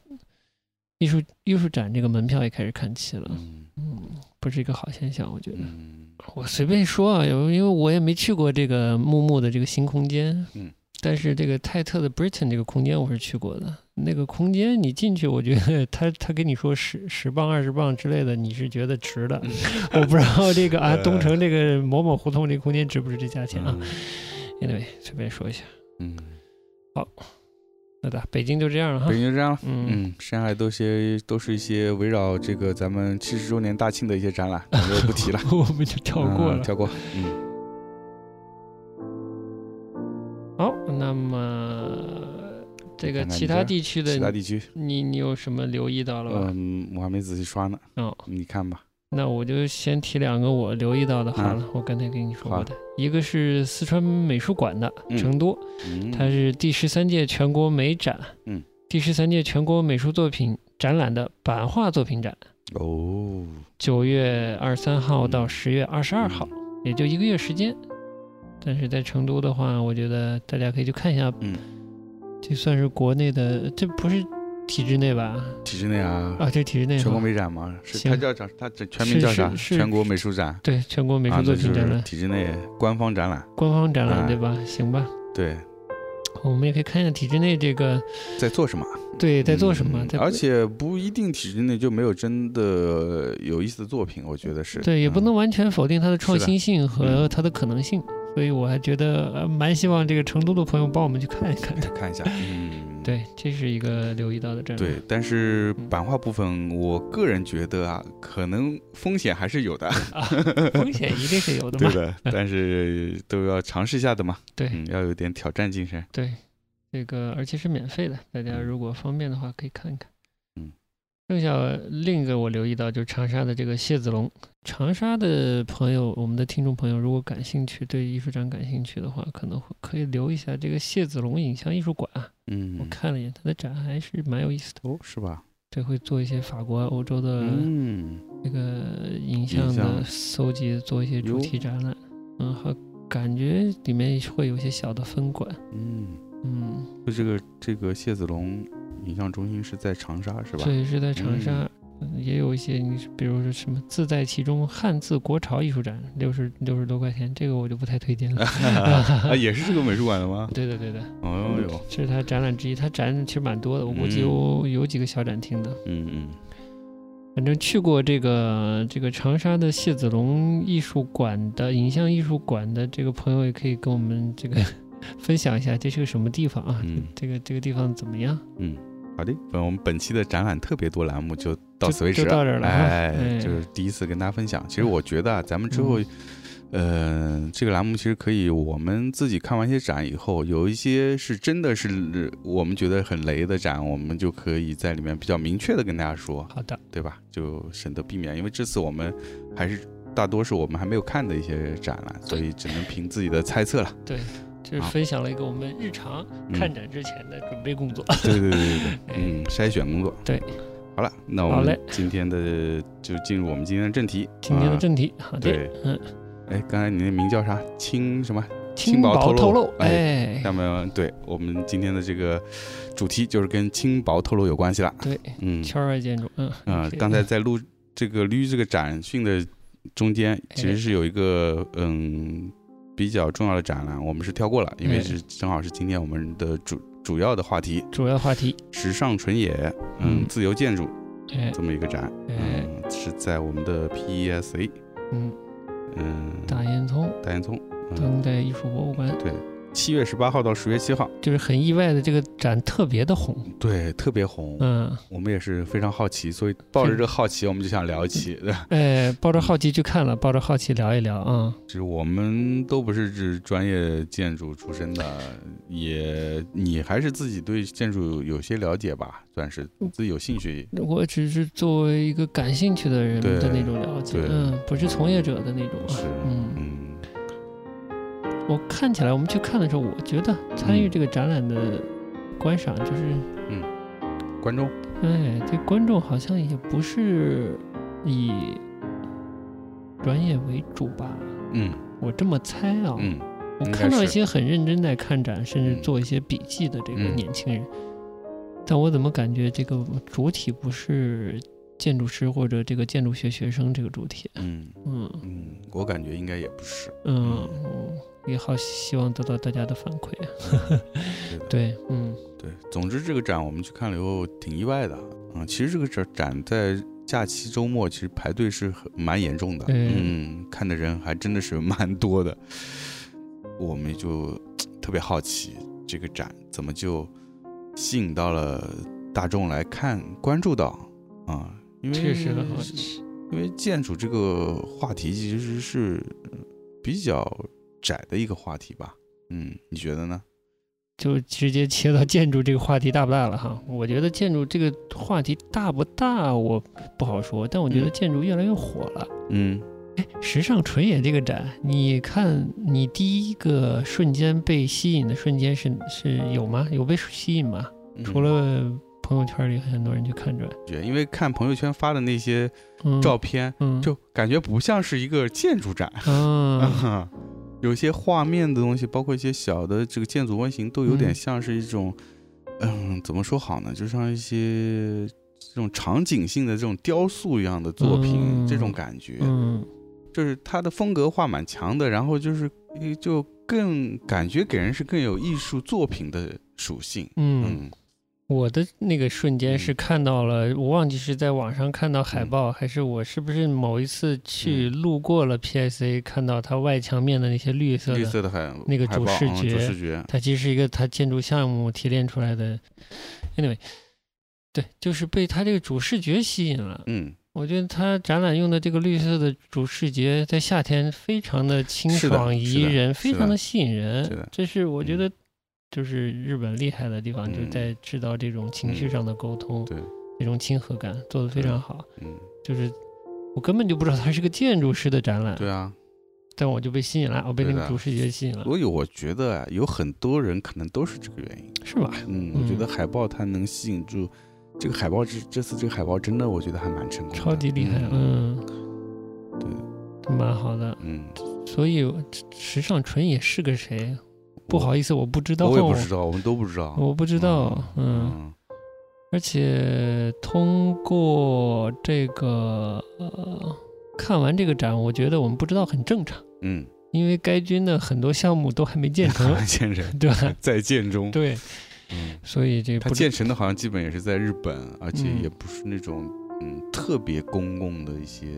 [SPEAKER 2] 艺术艺术展这个门票也开始看齐了，
[SPEAKER 1] 嗯
[SPEAKER 2] 嗯，不是一个好现象，我觉得。
[SPEAKER 1] 嗯
[SPEAKER 2] 我随便说啊，有因为我也没去过这个木木的这个新空间，
[SPEAKER 1] 嗯，
[SPEAKER 2] 但是这个泰特的 Britain 这个空间我是去过的。那个空间你进去，我觉得 他他跟你说十十磅二十磅之类的，你是觉得 值的。
[SPEAKER 1] 嗯
[SPEAKER 2] 我不知道这个啊，
[SPEAKER 1] 呃
[SPEAKER 2] 东城这个某某胡同这个空间值不值这价钱啊
[SPEAKER 1] 嗯
[SPEAKER 2] ？Anyway，随便说一下。
[SPEAKER 1] 嗯，
[SPEAKER 2] 那咋？北京就这样了哈
[SPEAKER 1] 北。京就这样了。
[SPEAKER 2] 嗯，，
[SPEAKER 1] 嗯，剩下都些都是一些围绕这个咱们七十周年大庆的一些展览，咱就不提了
[SPEAKER 2] 我们就 跳过
[SPEAKER 1] 嗯
[SPEAKER 2] 了。
[SPEAKER 1] 跳过。嗯
[SPEAKER 2] 好，那么这个
[SPEAKER 1] 看看
[SPEAKER 2] 其
[SPEAKER 1] 你
[SPEAKER 2] 他
[SPEAKER 1] 这
[SPEAKER 2] 地区的
[SPEAKER 1] 其他地区，
[SPEAKER 2] 你你有什么留意到了吧？
[SPEAKER 1] 嗯，我还没仔细刷呢，
[SPEAKER 2] 哦，
[SPEAKER 1] 你看吧。
[SPEAKER 2] 那我就先提两个我留意到的好了，
[SPEAKER 1] 嗯
[SPEAKER 2] 我刚才跟你说过的，一个是四川美术馆的
[SPEAKER 1] 嗯
[SPEAKER 2] 成都，
[SPEAKER 1] 嗯，
[SPEAKER 2] 它是第十三届全国美展，
[SPEAKER 1] 嗯，
[SPEAKER 2] 第十三届全国美术作品展览的版画作品展，
[SPEAKER 1] 哦，
[SPEAKER 2] 九月二十三号到
[SPEAKER 1] 嗯
[SPEAKER 2] 十月二十二号，也就一个月时间。但是在成都的话，我觉得大家可以去看一下，
[SPEAKER 1] 嗯，
[SPEAKER 2] 这算是国内的，这不是体制内吧？
[SPEAKER 1] 体制内啊，
[SPEAKER 2] 啊，这体制内
[SPEAKER 1] 全国
[SPEAKER 2] 吗
[SPEAKER 1] 美展嘛，是
[SPEAKER 2] 行
[SPEAKER 1] 它叫啥？它这全名
[SPEAKER 2] 是
[SPEAKER 1] 叫
[SPEAKER 2] 是
[SPEAKER 1] 啥？
[SPEAKER 2] 是
[SPEAKER 1] 全国美术展。
[SPEAKER 2] 对全国美
[SPEAKER 1] 啊
[SPEAKER 2] 术
[SPEAKER 1] 那
[SPEAKER 2] 作品
[SPEAKER 1] 就
[SPEAKER 2] 展
[SPEAKER 1] 是
[SPEAKER 2] 览，
[SPEAKER 1] 体制内官方展览，
[SPEAKER 2] 官方展览
[SPEAKER 1] 哎
[SPEAKER 2] 对吧？行吧。
[SPEAKER 1] 对，
[SPEAKER 2] 我们也可以看一下体制内这个
[SPEAKER 1] 在做什么？
[SPEAKER 2] 对在做什么，
[SPEAKER 1] 嗯
[SPEAKER 2] 在
[SPEAKER 1] 而且不一定体制内就没有真的有意思的作品，我觉得是。
[SPEAKER 2] 对也不
[SPEAKER 1] 嗯
[SPEAKER 2] 能完全否定它的创
[SPEAKER 1] 是的嗯
[SPEAKER 2] 新性和它的可能性，所以我还觉得呃蛮希望这个成都的朋友帮我们去看一看的。
[SPEAKER 1] 看一下，嗯，
[SPEAKER 2] 对，这是一个留意到的展览。
[SPEAKER 1] 对，但是
[SPEAKER 2] 嗯
[SPEAKER 1] 版画部分，我个人觉得啊，可能风险还是有的，
[SPEAKER 2] 啊，风险一定是有的
[SPEAKER 1] 对
[SPEAKER 2] 嘛。
[SPEAKER 1] 的，但是都要尝试一下的嘛，
[SPEAKER 2] 对
[SPEAKER 1] 嗯，要有点挑战精神。
[SPEAKER 2] 对，这个而且是免费的，大家
[SPEAKER 1] 嗯
[SPEAKER 2] 如果方便的话可以看一看。
[SPEAKER 1] 嗯，
[SPEAKER 2] 剩下另一个我留意到就是长沙的这个谢子龙，长沙的朋友，我们的听众朋友如果感兴趣，对艺术展感兴趣的话，可能会可以留一下这个谢子龙影像艺术馆啊。我
[SPEAKER 1] 嗯，
[SPEAKER 2] 看了一眼他的展，还是蛮有意思的。
[SPEAKER 1] 哦，是吧？
[SPEAKER 2] 这会做一些法国、啊欧洲的
[SPEAKER 1] 嗯，
[SPEAKER 2] 这个影像的
[SPEAKER 1] 像
[SPEAKER 2] 搜集，做一些主
[SPEAKER 1] 哟
[SPEAKER 2] 题展览。嗯，还感觉里面会有一些小的分馆。
[SPEAKER 1] 嗯，
[SPEAKER 2] 嗯，
[SPEAKER 1] 就这个这个谢子龙影像中心是在长沙是吧？
[SPEAKER 2] 所以是在长沙，嗯也有一些，你比如说什么“自在其中”汉字国潮艺术展，六十六十多块钱，这个我就不太推荐了。
[SPEAKER 1] 啊，也是这个美术馆的吗？
[SPEAKER 2] 对的，对的，
[SPEAKER 1] 哦哟，
[SPEAKER 2] 这是它展览之一，它展其实蛮多的，我估计
[SPEAKER 1] 嗯
[SPEAKER 2] 有、有几个小展厅的。
[SPEAKER 1] 嗯
[SPEAKER 2] 反正去过这个这个长沙的谢子龙艺术馆的影像艺术馆的这个朋友，也可以跟我们 这个分享一下，这是个什么地方啊？
[SPEAKER 1] 嗯
[SPEAKER 2] 这个这个地方怎么样？
[SPEAKER 1] 嗯嗯，好的，呃我们本期的展览特别多栏目就到
[SPEAKER 2] 就
[SPEAKER 1] 此为止
[SPEAKER 2] 就
[SPEAKER 1] 了，
[SPEAKER 2] 到这儿了哈
[SPEAKER 1] 哎
[SPEAKER 2] 哎，嗯
[SPEAKER 1] 就是第一次跟大家分享。其实我觉得啊，咱们之后，呃，这个栏目其实可以，我们自己看完一些展以后，有一些是真的是呃我们觉得很雷的展，我们就可以在里面比较明确的跟大家说，
[SPEAKER 2] 好的，
[SPEAKER 1] 对吧？就省得避免，因为这次我们还是大多是我们还没有看的一些展览，所以只能凭自己的猜测了。
[SPEAKER 2] 就是
[SPEAKER 1] 好
[SPEAKER 2] 分享了一个我们日常
[SPEAKER 1] 嗯
[SPEAKER 2] 看展之前的准备工 作。
[SPEAKER 1] 对对对对对，嗯，筛选工作。
[SPEAKER 2] 哎对，
[SPEAKER 1] 好了，那我
[SPEAKER 2] 好
[SPEAKER 1] 们
[SPEAKER 2] 嘞
[SPEAKER 1] 今天的就进入我们今天的正题。
[SPEAKER 2] 今天的
[SPEAKER 1] 啊
[SPEAKER 2] 正题，好的，
[SPEAKER 1] 对，
[SPEAKER 2] 嗯，
[SPEAKER 1] 哎，刚才你那名叫啥？青什么？轻
[SPEAKER 2] 轻
[SPEAKER 1] 薄
[SPEAKER 2] 薄
[SPEAKER 1] 透嗯
[SPEAKER 2] 透
[SPEAKER 1] 漏
[SPEAKER 2] 漏，哎
[SPEAKER 1] 那，么，对我们今天的这个主题就是跟轻薄透漏有关系了。
[SPEAKER 2] 对，
[SPEAKER 1] 嗯，
[SPEAKER 2] 圈外建筑，嗯，
[SPEAKER 1] 啊，
[SPEAKER 2] 这
[SPEAKER 1] 刚才在录这个捋这个展讯的中间，
[SPEAKER 2] 哎
[SPEAKER 1] 其实是有一个嗯比较重要的展览，我们是跳过了，因为
[SPEAKER 2] 哎
[SPEAKER 1] 是正好是今天我们的主主要的话题
[SPEAKER 2] 主要话题，
[SPEAKER 1] ——时尚纯野，嗯，
[SPEAKER 2] 嗯
[SPEAKER 1] 自由建筑
[SPEAKER 2] 哎，
[SPEAKER 1] 这么一个展，
[SPEAKER 2] 哎
[SPEAKER 1] 嗯，是在我们的 PESA，
[SPEAKER 2] 嗯，
[SPEAKER 1] 嗯，
[SPEAKER 2] 大烟囱
[SPEAKER 1] 大烟囱，嗯，
[SPEAKER 2] 当代艺术博物馆，
[SPEAKER 1] 七月十八号到十月七号，
[SPEAKER 2] 就是很意外的，这个展特别的红，
[SPEAKER 1] 对，特别红，
[SPEAKER 2] 嗯，
[SPEAKER 1] 我们也是非常好奇，所以抱着这个好奇，我们就想聊一期，对吧？
[SPEAKER 2] 哎，抱着好奇去看了，抱着好奇聊一聊啊、
[SPEAKER 1] 就是我们都不是指专业建筑出身的，也你还是自己对建筑有些了解吧，算是
[SPEAKER 2] 嗯
[SPEAKER 1] 自己有兴趣。
[SPEAKER 2] 我只是作为一个感兴趣的人
[SPEAKER 1] 对
[SPEAKER 2] 的那种了解
[SPEAKER 1] 对，
[SPEAKER 2] 嗯，不是从业者的那种
[SPEAKER 1] 是
[SPEAKER 2] 啊。，嗯，
[SPEAKER 1] 嗯
[SPEAKER 2] 我看起来，我们去看的时候，我觉得参
[SPEAKER 1] 嗯
[SPEAKER 2] 与这个展览的观赏，就是，
[SPEAKER 1] 观众，
[SPEAKER 2] 哎，对观众好像也不是以专业为主吧，
[SPEAKER 1] 嗯
[SPEAKER 2] 我这么猜啊。
[SPEAKER 1] 嗯，
[SPEAKER 2] 我
[SPEAKER 1] 应该
[SPEAKER 2] 看到一
[SPEAKER 1] 是
[SPEAKER 2] 些很认真在看展，甚至
[SPEAKER 1] 嗯
[SPEAKER 2] 做一些笔记的这个
[SPEAKER 1] 嗯
[SPEAKER 2] 年轻人，但我怎么感觉这个主体不是建筑师或者这个建筑学学生这个主体？
[SPEAKER 1] 嗯
[SPEAKER 2] 嗯
[SPEAKER 1] 嗯，我感觉应该也不是，
[SPEAKER 2] 嗯，也好希望得到大家的反馈。啊
[SPEAKER 1] 对的
[SPEAKER 2] 对，嗯
[SPEAKER 1] 对，总之这个展我们去看了以后挺意外的，嗯，其实这个展展在假期周末其实排队是很蛮严重的，
[SPEAKER 2] 嗯
[SPEAKER 1] 嗯，看的人还真的是蛮多的，我们就嘖特别好奇这个展怎么就吸引到了大众来看，关注到啊、因为
[SPEAKER 2] 确实很好奇。
[SPEAKER 1] 因为建筑这个话题其实是呃比较窄的一个话题吧，嗯，你觉得呢？
[SPEAKER 2] 就直接切到建筑这个话题大不大了哈？我觉得建筑这个话题大不大，我不好说，但我觉得
[SPEAKER 1] 嗯
[SPEAKER 2] 建筑越来越火了。
[SPEAKER 1] 嗯，
[SPEAKER 2] 哎，时尚纯野这个展，你看你第一个瞬间被吸引的瞬间是是有吗？有被吸引吗？
[SPEAKER 1] 嗯
[SPEAKER 2] 除了朋友圈里很多人去看转，
[SPEAKER 1] 觉，因为看朋友圈发的那些
[SPEAKER 2] 嗯，
[SPEAKER 1] 照片，
[SPEAKER 2] 嗯
[SPEAKER 1] 就感觉不像是一个建筑展，
[SPEAKER 2] 嗯，
[SPEAKER 1] 有些画面的东西，包括一些小的这个建筑外形，都有点
[SPEAKER 2] 嗯
[SPEAKER 1] 像是一种，嗯，怎么说好呢？就像一些这种场景性的这种雕塑一样的作品，
[SPEAKER 2] 嗯
[SPEAKER 1] 这种感觉，
[SPEAKER 2] 嗯，
[SPEAKER 1] 就是它的风格画蛮强的，然后就是呃就更感觉给人是更有艺术作品的属性，
[SPEAKER 2] 嗯，
[SPEAKER 1] 嗯
[SPEAKER 2] 我的那个瞬间是看到了，我忘记是在网上看到
[SPEAKER 1] 嗯
[SPEAKER 2] 海报，还是我是不是某一次去路过了 PSA，看到它外墙面的那些绿色
[SPEAKER 1] 绿
[SPEAKER 2] 的，
[SPEAKER 1] 色的海
[SPEAKER 2] 那个
[SPEAKER 1] 海
[SPEAKER 2] 主
[SPEAKER 1] 报
[SPEAKER 2] 视
[SPEAKER 1] 嗯主
[SPEAKER 2] 觉
[SPEAKER 1] 视觉，
[SPEAKER 2] 它其实是一个它建筑项目提炼出来的。Anyway，对，就是被它这个主视觉吸引了。
[SPEAKER 1] 嗯，
[SPEAKER 2] 我觉得它展览用的这个绿色的主视觉，在夏天非常的清
[SPEAKER 1] 是的
[SPEAKER 2] 爽
[SPEAKER 1] 是
[SPEAKER 2] 宜
[SPEAKER 1] 的
[SPEAKER 2] 人，
[SPEAKER 1] 是
[SPEAKER 2] 非
[SPEAKER 1] 的
[SPEAKER 2] 常的吸引
[SPEAKER 1] 是
[SPEAKER 2] 人
[SPEAKER 1] 的。
[SPEAKER 2] 这是我觉
[SPEAKER 1] 嗯
[SPEAKER 2] 得就是日本厉害的地方，就
[SPEAKER 1] 嗯
[SPEAKER 2] 在制造这种情绪
[SPEAKER 1] 嗯
[SPEAKER 2] 上的沟通，
[SPEAKER 1] 对，
[SPEAKER 2] 这种亲和感做得非
[SPEAKER 1] 对
[SPEAKER 2] 常好。
[SPEAKER 1] 嗯，
[SPEAKER 2] 就是我根本就不知道它是个建筑师的展览，
[SPEAKER 1] 对啊。
[SPEAKER 2] 但我就被吸引了，我被
[SPEAKER 1] 对
[SPEAKER 2] 那个
[SPEAKER 1] 的
[SPEAKER 2] 主视觉吸引了，
[SPEAKER 1] 所以我觉得啊，有很多人可能都是这个原因。
[SPEAKER 2] 是吧？
[SPEAKER 1] 嗯，我觉
[SPEAKER 2] 嗯
[SPEAKER 1] 得海报它能吸引住这个海报，这这次这个海报真的
[SPEAKER 2] 嗯
[SPEAKER 1] 我觉得还蛮成功的，
[SPEAKER 2] 超级厉害，
[SPEAKER 1] 嗯，
[SPEAKER 2] 嗯，
[SPEAKER 1] 对，
[SPEAKER 2] 蛮好的。
[SPEAKER 1] 嗯，
[SPEAKER 2] 所以池上淳也是个谁？不好意思，我不知道，
[SPEAKER 1] 我也不知道，我们都不知道，
[SPEAKER 2] 我不知道，嗯。
[SPEAKER 1] 啊嗯，
[SPEAKER 2] 而且通过这个呃，看完这个展，我觉得我们不知道很正常，
[SPEAKER 1] 嗯，
[SPEAKER 2] 因为该军的很多项目都还没建 成，
[SPEAKER 1] 见 人
[SPEAKER 2] 对吧？
[SPEAKER 1] 在建中，
[SPEAKER 2] 对，
[SPEAKER 1] 嗯，
[SPEAKER 2] 所以这
[SPEAKER 1] 他
[SPEAKER 2] 不
[SPEAKER 1] 建成的好像基本也是在日本，而且
[SPEAKER 2] 嗯
[SPEAKER 1] 也不是那种嗯特别公共的一些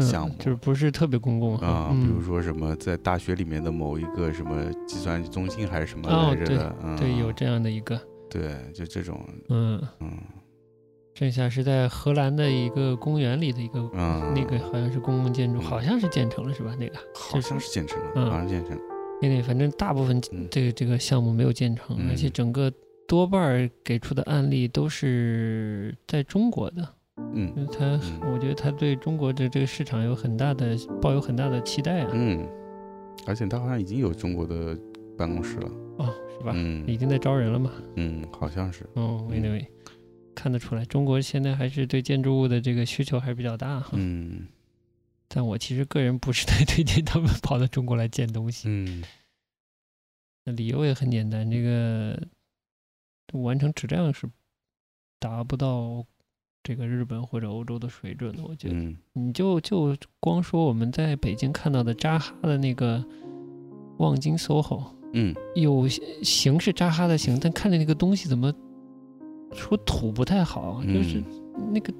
[SPEAKER 1] 项目
[SPEAKER 2] 嗯，就是不是特别公共
[SPEAKER 1] 啊，
[SPEAKER 2] 嗯、
[SPEAKER 1] 比如说什么在大学里面的某一个什么计算机中心还是什么
[SPEAKER 2] 哦
[SPEAKER 1] 来着的，嗯，
[SPEAKER 2] 对有这样的一个，
[SPEAKER 1] 对，就这种，
[SPEAKER 2] 嗯，
[SPEAKER 1] 嗯
[SPEAKER 2] 这下是在荷兰的一个公园里的一个。
[SPEAKER 1] 嗯，
[SPEAKER 2] 那个好像是公共建筑，
[SPEAKER 1] 嗯
[SPEAKER 2] 好像是建成了是吧？那个
[SPEAKER 1] 好像是建成了，
[SPEAKER 2] 嗯
[SPEAKER 1] 好像建成了，
[SPEAKER 2] 那里反正大部分
[SPEAKER 1] 嗯
[SPEAKER 2] 这个这个项目没有建成，
[SPEAKER 1] 嗯
[SPEAKER 2] 而且整个多半儿给出的案例都是在中国的，
[SPEAKER 1] 嗯
[SPEAKER 2] 因为他
[SPEAKER 1] 嗯
[SPEAKER 2] 我觉得他对中国的这个市场有很大的抱有很大的期待啊，
[SPEAKER 1] 嗯，而且他好像已经有中国的办公室了，
[SPEAKER 2] 哦，是吧？已
[SPEAKER 1] 嗯
[SPEAKER 2] 经在招人了嘛？
[SPEAKER 1] 嗯，好像是，
[SPEAKER 2] 哦
[SPEAKER 1] 嗯
[SPEAKER 2] ，anyway，看得出来，中国现在还是对建筑物的这个需求还是比较大哈。啊
[SPEAKER 1] 嗯
[SPEAKER 2] 但我其实个人不是太 推荐他们跑到中国来建东西，
[SPEAKER 1] 嗯
[SPEAKER 2] 那理由也很简单，这个完成质量是达不到这个日本或者欧洲的水准的。我觉得，
[SPEAKER 1] 嗯
[SPEAKER 2] 你就就光说我们在北京看到的扎哈的那个望京 SOHO，
[SPEAKER 1] 嗯
[SPEAKER 2] 有些形是扎哈的形，但看着那个东西怎么说土不太好，就是
[SPEAKER 1] 嗯
[SPEAKER 2] 那个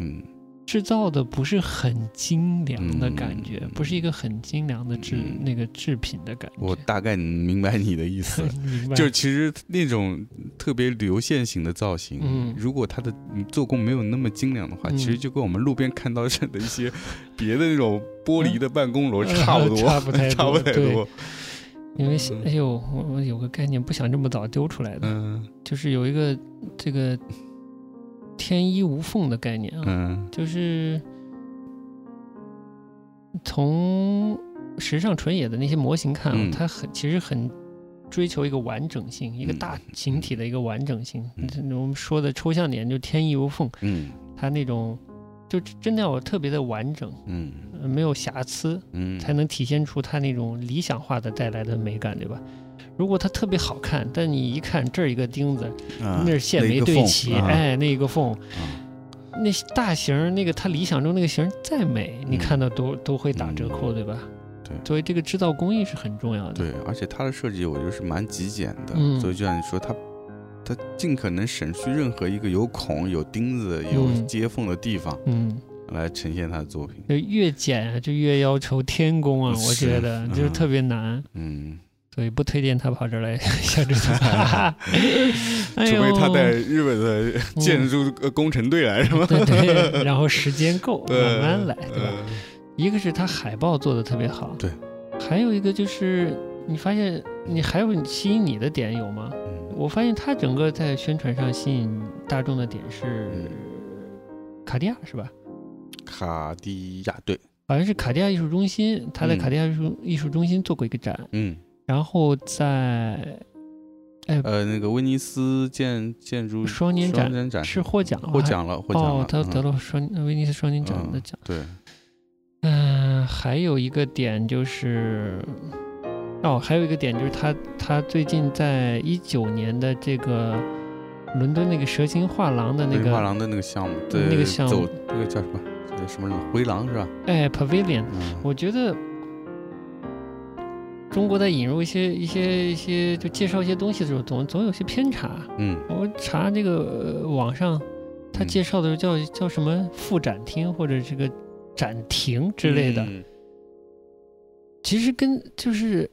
[SPEAKER 1] 嗯
[SPEAKER 2] 制造的不是很精良的感觉，
[SPEAKER 1] 嗯
[SPEAKER 2] 不是一个很精良的制、
[SPEAKER 1] 嗯
[SPEAKER 2] 那个制品的感觉。。
[SPEAKER 1] 我大概明白你的意思
[SPEAKER 2] 明白，
[SPEAKER 1] 就是其实那种特别流线型的造型，
[SPEAKER 2] 嗯
[SPEAKER 1] 如果它的嗯做工没有那么精良的话，
[SPEAKER 2] 嗯
[SPEAKER 1] 其实就跟我们路边看到的一些别的那种玻璃的办公楼
[SPEAKER 2] 嗯
[SPEAKER 1] 差不多，
[SPEAKER 2] 差不太 多
[SPEAKER 1] 差不太多。
[SPEAKER 2] 因为
[SPEAKER 1] 嗯
[SPEAKER 2] 哎呦，我我有个概念不想这么早丢出来的，
[SPEAKER 1] 嗯
[SPEAKER 2] 就是有一个这个天衣无缝的概念啊，
[SPEAKER 1] 嗯
[SPEAKER 2] 就是从时尚纯野的那些模型看、啊，
[SPEAKER 1] 嗯
[SPEAKER 2] 它很其实很追求一个完整性，一个
[SPEAKER 1] 嗯
[SPEAKER 2] 大形体的一个完整性。
[SPEAKER 1] 嗯
[SPEAKER 2] 这我们说的抽象点就天衣无缝，
[SPEAKER 1] 嗯
[SPEAKER 2] 它那种就真的要特别的完整，
[SPEAKER 1] 嗯
[SPEAKER 2] 呃没有瑕疵，
[SPEAKER 1] 嗯，
[SPEAKER 2] 才能体现出它那种理想化的带来的美感，对吧？如果它特别好看，但你一看这儿一个钉子，
[SPEAKER 1] 啊
[SPEAKER 2] 那儿线
[SPEAKER 1] 那一
[SPEAKER 2] 没
[SPEAKER 1] 个
[SPEAKER 2] 对
[SPEAKER 1] 缝
[SPEAKER 2] 齐，
[SPEAKER 1] 啊
[SPEAKER 2] 哎，那个缝，
[SPEAKER 1] 啊
[SPEAKER 2] 那大型儿那个它理想中那个型儿再美，你
[SPEAKER 1] 嗯
[SPEAKER 2] 看到都都会打折扣，
[SPEAKER 1] 嗯
[SPEAKER 2] 对吧？
[SPEAKER 1] 对
[SPEAKER 2] 所以这个制造工艺是很重要的。，
[SPEAKER 1] 对，而且它的设计我觉得是蛮极简的，
[SPEAKER 2] 嗯
[SPEAKER 1] 所以就像你说，它它尽可能省去任何一个有孔、有钉子、有
[SPEAKER 2] 嗯
[SPEAKER 1] 接缝的地方，
[SPEAKER 2] 嗯，
[SPEAKER 1] 来呈现他的作品。
[SPEAKER 2] 就越简啊，就越要求天工啊，我
[SPEAKER 1] 是
[SPEAKER 2] 觉得
[SPEAKER 1] 嗯
[SPEAKER 2] 就是特别难，
[SPEAKER 1] 嗯，
[SPEAKER 2] 所以不推荐他跑这 儿来像这种。哎
[SPEAKER 1] 除
[SPEAKER 2] 呦嗯
[SPEAKER 1] 非他带日本的建筑呃工程队来，是吗？
[SPEAKER 2] 对 对，然后时间够，慢
[SPEAKER 1] 对
[SPEAKER 2] 慢来，对吧？
[SPEAKER 1] 呃
[SPEAKER 2] 一个是它海报做的特别好，
[SPEAKER 1] 对，
[SPEAKER 2] 还有一个就是你发现你还有吸引你的点有吗？
[SPEAKER 1] 嗯
[SPEAKER 2] 我发现它整个在宣传上吸引大众的点是
[SPEAKER 1] 嗯
[SPEAKER 2] 卡地亚是吧？
[SPEAKER 1] 卡地亚队，
[SPEAKER 2] 好像是卡地亚艺术中心，他在
[SPEAKER 1] 嗯
[SPEAKER 2] 卡地亚艺术艺术中心做过一个展，
[SPEAKER 1] 嗯，
[SPEAKER 2] 然后在
[SPEAKER 1] 呃，那个威尼斯建建筑
[SPEAKER 2] 双年展
[SPEAKER 1] 双年展
[SPEAKER 2] 是获奖了，
[SPEAKER 1] 获奖了，获
[SPEAKER 2] 还
[SPEAKER 1] 奖了
[SPEAKER 2] 哦，，他得
[SPEAKER 1] 嗯
[SPEAKER 2] 了双威尼斯双年展的奖。
[SPEAKER 1] 嗯对，
[SPEAKER 2] 嗯，还有一个点就是，哦，还有一个点就是他他最近在一九年的这个伦敦那个蛇形画廊的那
[SPEAKER 1] 北京画
[SPEAKER 2] 个
[SPEAKER 1] 廊的那个项目，对，
[SPEAKER 2] 那个项目
[SPEAKER 1] 走那个叫什么？呃什么回廊是吧？
[SPEAKER 2] 哎 pavilion，
[SPEAKER 1] 嗯
[SPEAKER 2] 我觉得中国在引入一些一些一些就介绍一些东西的时候，总总有些偏差。
[SPEAKER 1] 嗯
[SPEAKER 2] 我查这个、呃网上他
[SPEAKER 1] 嗯
[SPEAKER 2] 介绍的时候叫、叫什么副展厅或者这个展亭之类的，
[SPEAKER 1] 嗯
[SPEAKER 2] 其实跟就是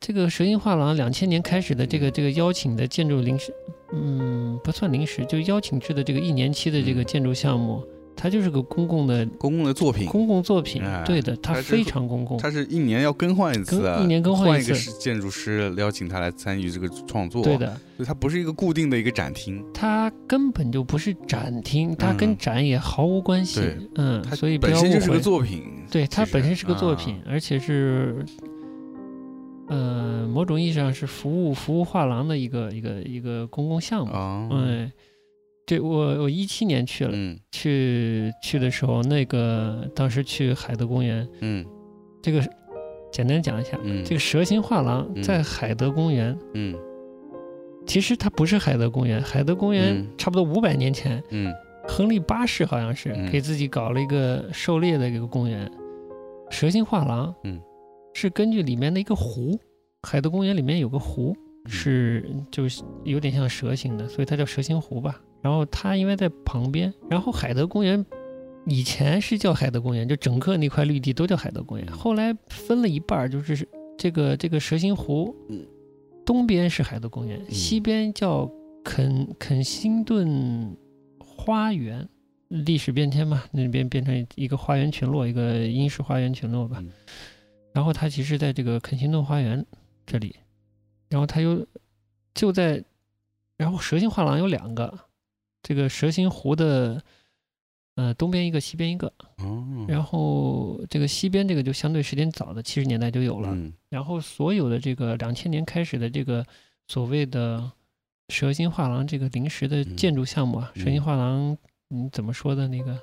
[SPEAKER 2] 这个蛇形画廊两千年开始的这个
[SPEAKER 1] 嗯
[SPEAKER 2] 这个邀请的建筑临时，嗯，不算临时，就邀请制的这个一年期的这个
[SPEAKER 1] 嗯
[SPEAKER 2] 建筑项目，它就是个公共的
[SPEAKER 1] 公共的作品，
[SPEAKER 2] 公共作品，
[SPEAKER 1] 哎
[SPEAKER 2] 对的，它
[SPEAKER 1] 它是
[SPEAKER 2] 非常公共，
[SPEAKER 1] 它是一年要更换一次的，
[SPEAKER 2] 更一年更换一
[SPEAKER 1] 换一个
[SPEAKER 2] 次
[SPEAKER 1] 是建筑师，邀请他来参与这个创作。
[SPEAKER 2] 对，的，
[SPEAKER 1] 所以它不是一个固定的一个展厅，
[SPEAKER 2] 它根本就不是展厅，它跟
[SPEAKER 1] 嗯
[SPEAKER 2] 展也毫无关系
[SPEAKER 1] 对，
[SPEAKER 2] 嗯，
[SPEAKER 1] 它
[SPEAKER 2] 所以不
[SPEAKER 1] 本
[SPEAKER 2] 要
[SPEAKER 1] 身
[SPEAKER 2] 误
[SPEAKER 1] 就是个
[SPEAKER 2] 会，
[SPEAKER 1] 作品。
[SPEAKER 2] 对，它
[SPEAKER 1] 其实
[SPEAKER 2] 本身是个作品，
[SPEAKER 1] 啊
[SPEAKER 2] 而且是。呃，某种意义上是服务服务画廊的一个一个一个公共项目，
[SPEAKER 1] 啊，
[SPEAKER 2] 嗯，对我我一七年去了，
[SPEAKER 1] 嗯
[SPEAKER 2] 去去的时候，那个当时去海德公园，
[SPEAKER 1] 嗯
[SPEAKER 2] 这个简单讲一下，
[SPEAKER 1] 嗯，
[SPEAKER 2] 这个蛇形画廊
[SPEAKER 1] 嗯
[SPEAKER 2] 在海德公园，
[SPEAKER 1] 嗯
[SPEAKER 2] 其实它不是海德公园，海德公园
[SPEAKER 1] 嗯
[SPEAKER 2] 差不多五百年前，
[SPEAKER 1] 嗯
[SPEAKER 2] 亨利八世好像是
[SPEAKER 1] 嗯
[SPEAKER 2] 给自己搞了一个狩猎的一个公园，蛇形画廊，
[SPEAKER 1] 嗯，
[SPEAKER 2] 是根据里面的一个湖，海德公园里面有个湖，
[SPEAKER 1] 嗯
[SPEAKER 2] 是就是有点像蛇形的，所以它叫蛇形湖吧。然后它因为在旁边，然后海德公园以前是叫海德公园，就整个那块绿地都叫海德公园，后来分了一半儿，就是这个这个蛇形湖，
[SPEAKER 1] 嗯
[SPEAKER 2] 东边是海德公园，西边叫肯肯辛顿花园。历史变迁嘛，那边变成一个花园群落，一个英式花园群落吧。
[SPEAKER 1] 嗯
[SPEAKER 2] 然后它其实在这个肯辛顿花园这里，然后它又就在，然后蛇形画廊有两个，这个蛇形湖的，呃，东边一个，西边一个。
[SPEAKER 1] 哦，
[SPEAKER 2] 然后这个西边这个就相对时间早的，七十年代就有了。
[SPEAKER 1] 嗯
[SPEAKER 2] 然后所有的这个两千年开始的这个所谓的蛇形画廊这个临时的建筑项目啊，
[SPEAKER 1] 嗯
[SPEAKER 2] 蛇形画廊，你怎么说的那个？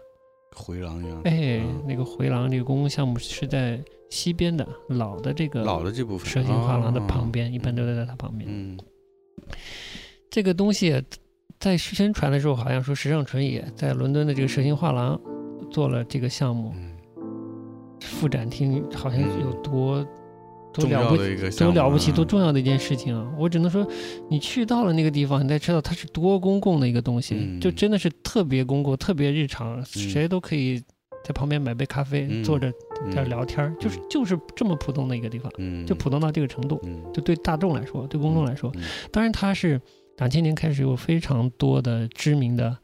[SPEAKER 1] 回廊一样，
[SPEAKER 2] 哎
[SPEAKER 1] 嗯，
[SPEAKER 2] 那个回廊这个公共项目是在西边的老的这个
[SPEAKER 1] 老的这部分
[SPEAKER 2] 蛇形画廊的旁，
[SPEAKER 1] 哦
[SPEAKER 2] 边，一般都在它旁边。
[SPEAKER 1] 嗯
[SPEAKER 2] 这个东西在宣传的时候，好像说时尚纯也在伦敦的这个蛇形画廊做了这个项目，
[SPEAKER 1] 嗯，
[SPEAKER 2] 副展厅好像有多多
[SPEAKER 1] 重
[SPEAKER 2] 了
[SPEAKER 1] 要
[SPEAKER 2] 不
[SPEAKER 1] 的
[SPEAKER 2] 起，
[SPEAKER 1] 一个
[SPEAKER 2] 多
[SPEAKER 1] 项目
[SPEAKER 2] 了不起，
[SPEAKER 1] 啊
[SPEAKER 2] 多重要的一件事情啊！我只能说，你去到了那个地方，你才知道它是多公共的一个东西，
[SPEAKER 1] 嗯
[SPEAKER 2] 就真的是特别公共、特别日常，谁都可以在旁边买杯咖啡，
[SPEAKER 1] 嗯
[SPEAKER 2] 坐着在这
[SPEAKER 1] 嗯
[SPEAKER 2] 聊天儿，就是就是这么普通的一个地方，
[SPEAKER 1] 嗯，
[SPEAKER 2] 就普通到这个程度。
[SPEAKER 1] 嗯，
[SPEAKER 2] 就对大众来说，对公众来说，
[SPEAKER 1] 嗯嗯
[SPEAKER 2] 当然它是两千年开始有非常多的知名的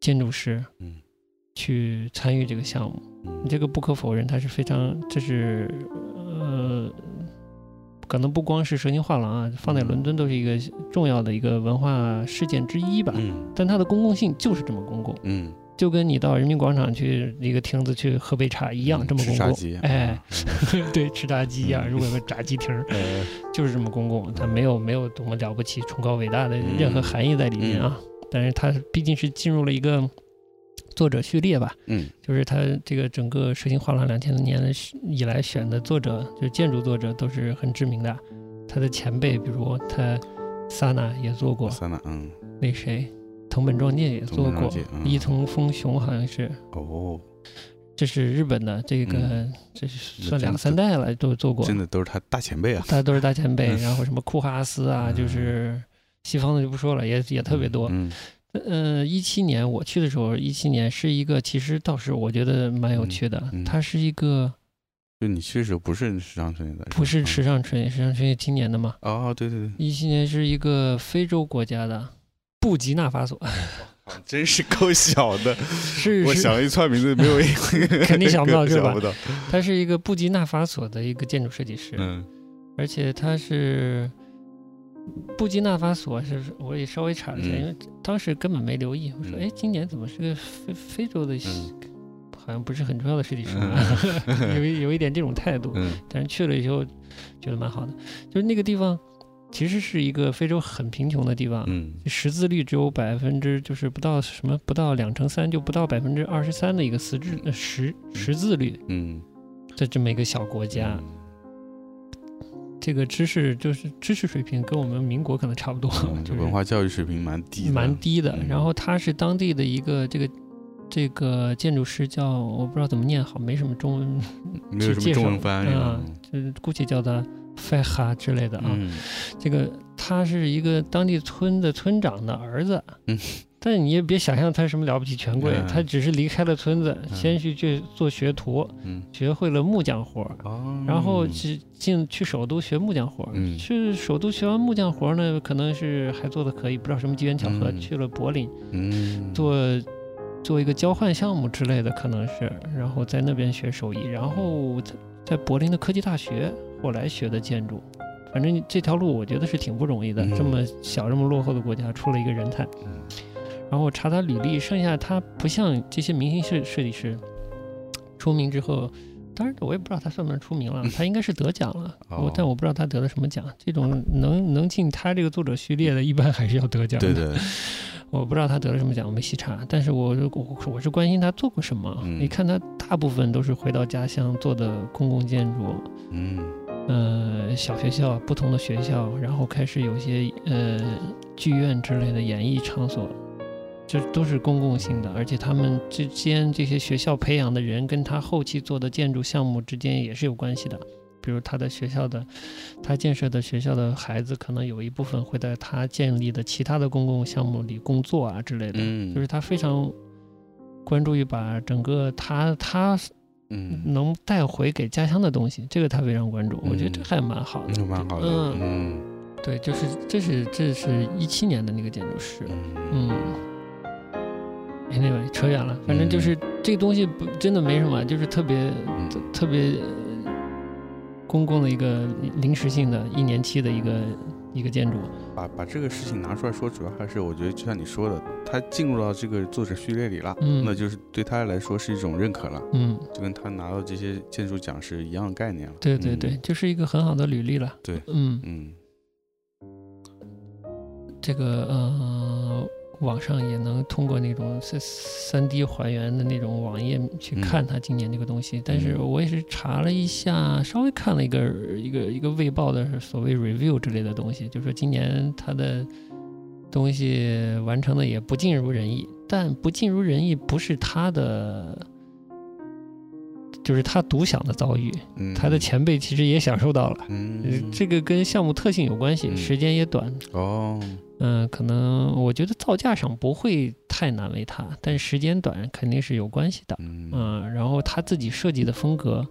[SPEAKER 2] 建筑师，
[SPEAKER 1] 嗯，
[SPEAKER 2] 去参与这个项目，
[SPEAKER 1] 嗯
[SPEAKER 2] 这个不可否认，它是非常，这是呃，可能不光是蛇形画廊啊，放在
[SPEAKER 1] 嗯
[SPEAKER 2] 伦敦都是一个重要的一个文化事件之一吧。
[SPEAKER 1] 嗯
[SPEAKER 2] 但它的公共性就是这么公共，
[SPEAKER 1] 嗯
[SPEAKER 2] 就跟你到人民广场去一个亭子去喝杯茶一样，
[SPEAKER 1] 嗯
[SPEAKER 2] 这么
[SPEAKER 1] 吃
[SPEAKER 2] 公
[SPEAKER 1] 炸
[SPEAKER 2] 共。
[SPEAKER 1] 鸡，
[SPEAKER 2] 哎，对，吃炸鸡一样，
[SPEAKER 1] 嗯
[SPEAKER 2] 如果有个炸鸡亭儿，
[SPEAKER 1] 嗯，呃
[SPEAKER 2] 就是这么公共，它没有没有多么了不起、崇高伟大的任
[SPEAKER 1] 嗯
[SPEAKER 2] 何含义在里面啊。但是它毕竟是进入了一个作者序列吧，
[SPEAKER 1] 嗯
[SPEAKER 2] 就是它这个整个蛇形画廊两千年的以来选的作者，就是建筑作者都是很知名的。他的前辈，比如他萨娜也做 过，
[SPEAKER 1] 三娜，嗯，
[SPEAKER 2] 那谁藤本壮介也做
[SPEAKER 1] 藤本
[SPEAKER 2] 过
[SPEAKER 1] 壮介，嗯
[SPEAKER 2] 伊藤丰雄好像是，
[SPEAKER 1] 哦，
[SPEAKER 2] 这是日本的这个，
[SPEAKER 1] 嗯
[SPEAKER 2] 这是算两三代了都做过，
[SPEAKER 1] 真的都是他大前辈啊，
[SPEAKER 2] 大家都是大前辈。
[SPEAKER 1] 嗯
[SPEAKER 2] 然后什么库哈斯啊，
[SPEAKER 1] 嗯
[SPEAKER 2] 就是西方的就不说了，也也特别多。
[SPEAKER 1] 嗯
[SPEAKER 2] 呃，一七年我去的时候，一七年是一个其实倒是我觉得蛮有趣的，
[SPEAKER 1] 嗯嗯
[SPEAKER 2] 它是一个
[SPEAKER 1] 就你去的时候不是时尚春的，
[SPEAKER 2] 不是
[SPEAKER 1] 嗯
[SPEAKER 2] 时尚春野，时尚春野今年的嘛，
[SPEAKER 1] 哦，对对对
[SPEAKER 2] 一七年是一个非洲国家的布吉纳法索，，
[SPEAKER 1] 啊真是够小的，
[SPEAKER 2] 是
[SPEAKER 1] 我
[SPEAKER 2] 是
[SPEAKER 1] 想了一串名字，没有一个
[SPEAKER 2] 肯定想不 到是吧
[SPEAKER 1] 想不到，
[SPEAKER 2] 它是一个布吉纳法索的一个建筑设计师，
[SPEAKER 1] 嗯
[SPEAKER 2] 而且它是布吉纳法索是，我也稍微查了一下，
[SPEAKER 1] 嗯
[SPEAKER 2] 因为当时根本没留意，我说
[SPEAKER 1] 嗯
[SPEAKER 2] 哎，今年怎么是个非非洲的，
[SPEAKER 1] 嗯
[SPEAKER 2] 好像不是很重要的设计师、
[SPEAKER 1] 嗯
[SPEAKER 2] 有一有一点这种态度，
[SPEAKER 1] 嗯
[SPEAKER 2] 但是去了以后觉得蛮好的，就是那个地方其实是一个非洲很贫穷的地方，
[SPEAKER 1] 嗯
[SPEAKER 2] 识字率只有百分之，就是不到什么，不到两成三，就不到百分之二十三的一个识字呃识识字率，
[SPEAKER 1] 嗯，
[SPEAKER 2] 在这么一个小国家，这个知识就是知识水平跟我们民国可能差不多，
[SPEAKER 1] 嗯，
[SPEAKER 2] 就
[SPEAKER 1] 这
[SPEAKER 2] 是
[SPEAKER 1] 文化教育水平蛮低的，
[SPEAKER 2] 蛮低的。
[SPEAKER 1] 嗯
[SPEAKER 2] 然后他是当地的一个这个这个建筑师叫我不知道怎么念好，没什么中文，
[SPEAKER 1] 没有什么中文翻译
[SPEAKER 2] 啊，就是姑且叫他费哈之类的啊。
[SPEAKER 1] 嗯
[SPEAKER 2] 这个他是一个当地村的村长的儿子，
[SPEAKER 1] 嗯，
[SPEAKER 2] 但你也别想象他什么了不起权贵，
[SPEAKER 1] 嗯
[SPEAKER 2] 他只是离开了村子，
[SPEAKER 1] 嗯
[SPEAKER 2] 先去去做学徒，
[SPEAKER 1] 嗯，
[SPEAKER 2] 学会了木匠活儿，
[SPEAKER 1] 哦，
[SPEAKER 2] 然后去进去首都学木匠活儿，
[SPEAKER 1] 嗯
[SPEAKER 2] 去首都学完木匠活儿呢，可能是还做的可以，不知道什么机缘巧合、
[SPEAKER 1] 嗯
[SPEAKER 2] 去了柏林
[SPEAKER 1] 嗯
[SPEAKER 2] 做。做一个交换项目之类的，可能是，然后在那边学手艺，然后在在柏林的科技大学后来学的建筑，反正这条路我觉得是挺不容易的。
[SPEAKER 1] 嗯
[SPEAKER 2] 这么小这么落后的国家出了一个人才，
[SPEAKER 1] 嗯
[SPEAKER 2] 然后我查他履历，剩下他不像这些明星设设计师出名之后，当然我也不知道他算不算出 名了，他应该是得奖了，
[SPEAKER 1] 哦
[SPEAKER 2] 我但我不知道他得了什么奖。这种能能进他这个作者序列的，一般还是要得奖的。
[SPEAKER 1] 对对，
[SPEAKER 2] 我不知道他得了什么奖，我没细查，但是我我我是关心他做过什么。
[SPEAKER 1] 嗯
[SPEAKER 2] 你看他大部分都是回到家乡做的公共建筑，
[SPEAKER 1] 嗯
[SPEAKER 2] 呃，小学校不同的学校，然后开始有些呃剧院之类的演艺场所，这都是公共性的，而且他们之间这些学校培养的人跟他后期做的建筑项目之间也是有关系的。比如他的学校的，他建设的学校的孩子，可能有一部分会在他建立的其他的公共项目里工作啊之类的，
[SPEAKER 1] 嗯，
[SPEAKER 2] 就是他非常关注于把整个他他
[SPEAKER 1] 嗯，
[SPEAKER 2] 能带回给家乡的东西，这个他非常关注，我觉得这
[SPEAKER 1] 嗯
[SPEAKER 2] 还蛮好的。
[SPEAKER 1] 那蛮好的，
[SPEAKER 2] 嗯，
[SPEAKER 1] 嗯
[SPEAKER 2] 对，就是这是这是一七年的那个建筑师，嗯
[SPEAKER 1] 嗯，。
[SPEAKER 2] Anyway，扯远了，反正就是这个东西不真的没什么，就是特别
[SPEAKER 1] 嗯
[SPEAKER 2] 特别呃公共的一个临时性的一年期的一个一个建筑。
[SPEAKER 1] 把把这个事情拿出来说，主要还是我觉得就像你说的，他进入到这个作者序列里了，
[SPEAKER 2] 嗯
[SPEAKER 1] 那就是对他来说是一种认可了，
[SPEAKER 2] 嗯，
[SPEAKER 1] 就跟他拿到这些建筑奖是一样的概念了。
[SPEAKER 2] 对对对，就是一个很好的履历了。
[SPEAKER 1] 嗯对
[SPEAKER 2] 嗯，
[SPEAKER 1] 嗯，
[SPEAKER 2] 这个呃，网上也能通过那种三三 D 还原的那种网页
[SPEAKER 1] 嗯
[SPEAKER 2] 去看它今年这个东西。但是我也是查了一下，稍微看了一个一个一个卫报的所谓 review 之类的东西，就说今年它的东西完成的也不尽如人意。但不尽如人意不是他的，就是他独享的遭遇，
[SPEAKER 1] 嗯，
[SPEAKER 2] 他的，前辈其实也享受到了。呃
[SPEAKER 1] 嗯，
[SPEAKER 2] 这个跟项目特性有关系，
[SPEAKER 1] 嗯
[SPEAKER 2] 时间也短，
[SPEAKER 1] 哦，
[SPEAKER 2] 嗯，可能我觉得造价上不会太难为他，但时间短肯定是有关系的。
[SPEAKER 1] 嗯
[SPEAKER 2] 嗯，然后他自己设计的风格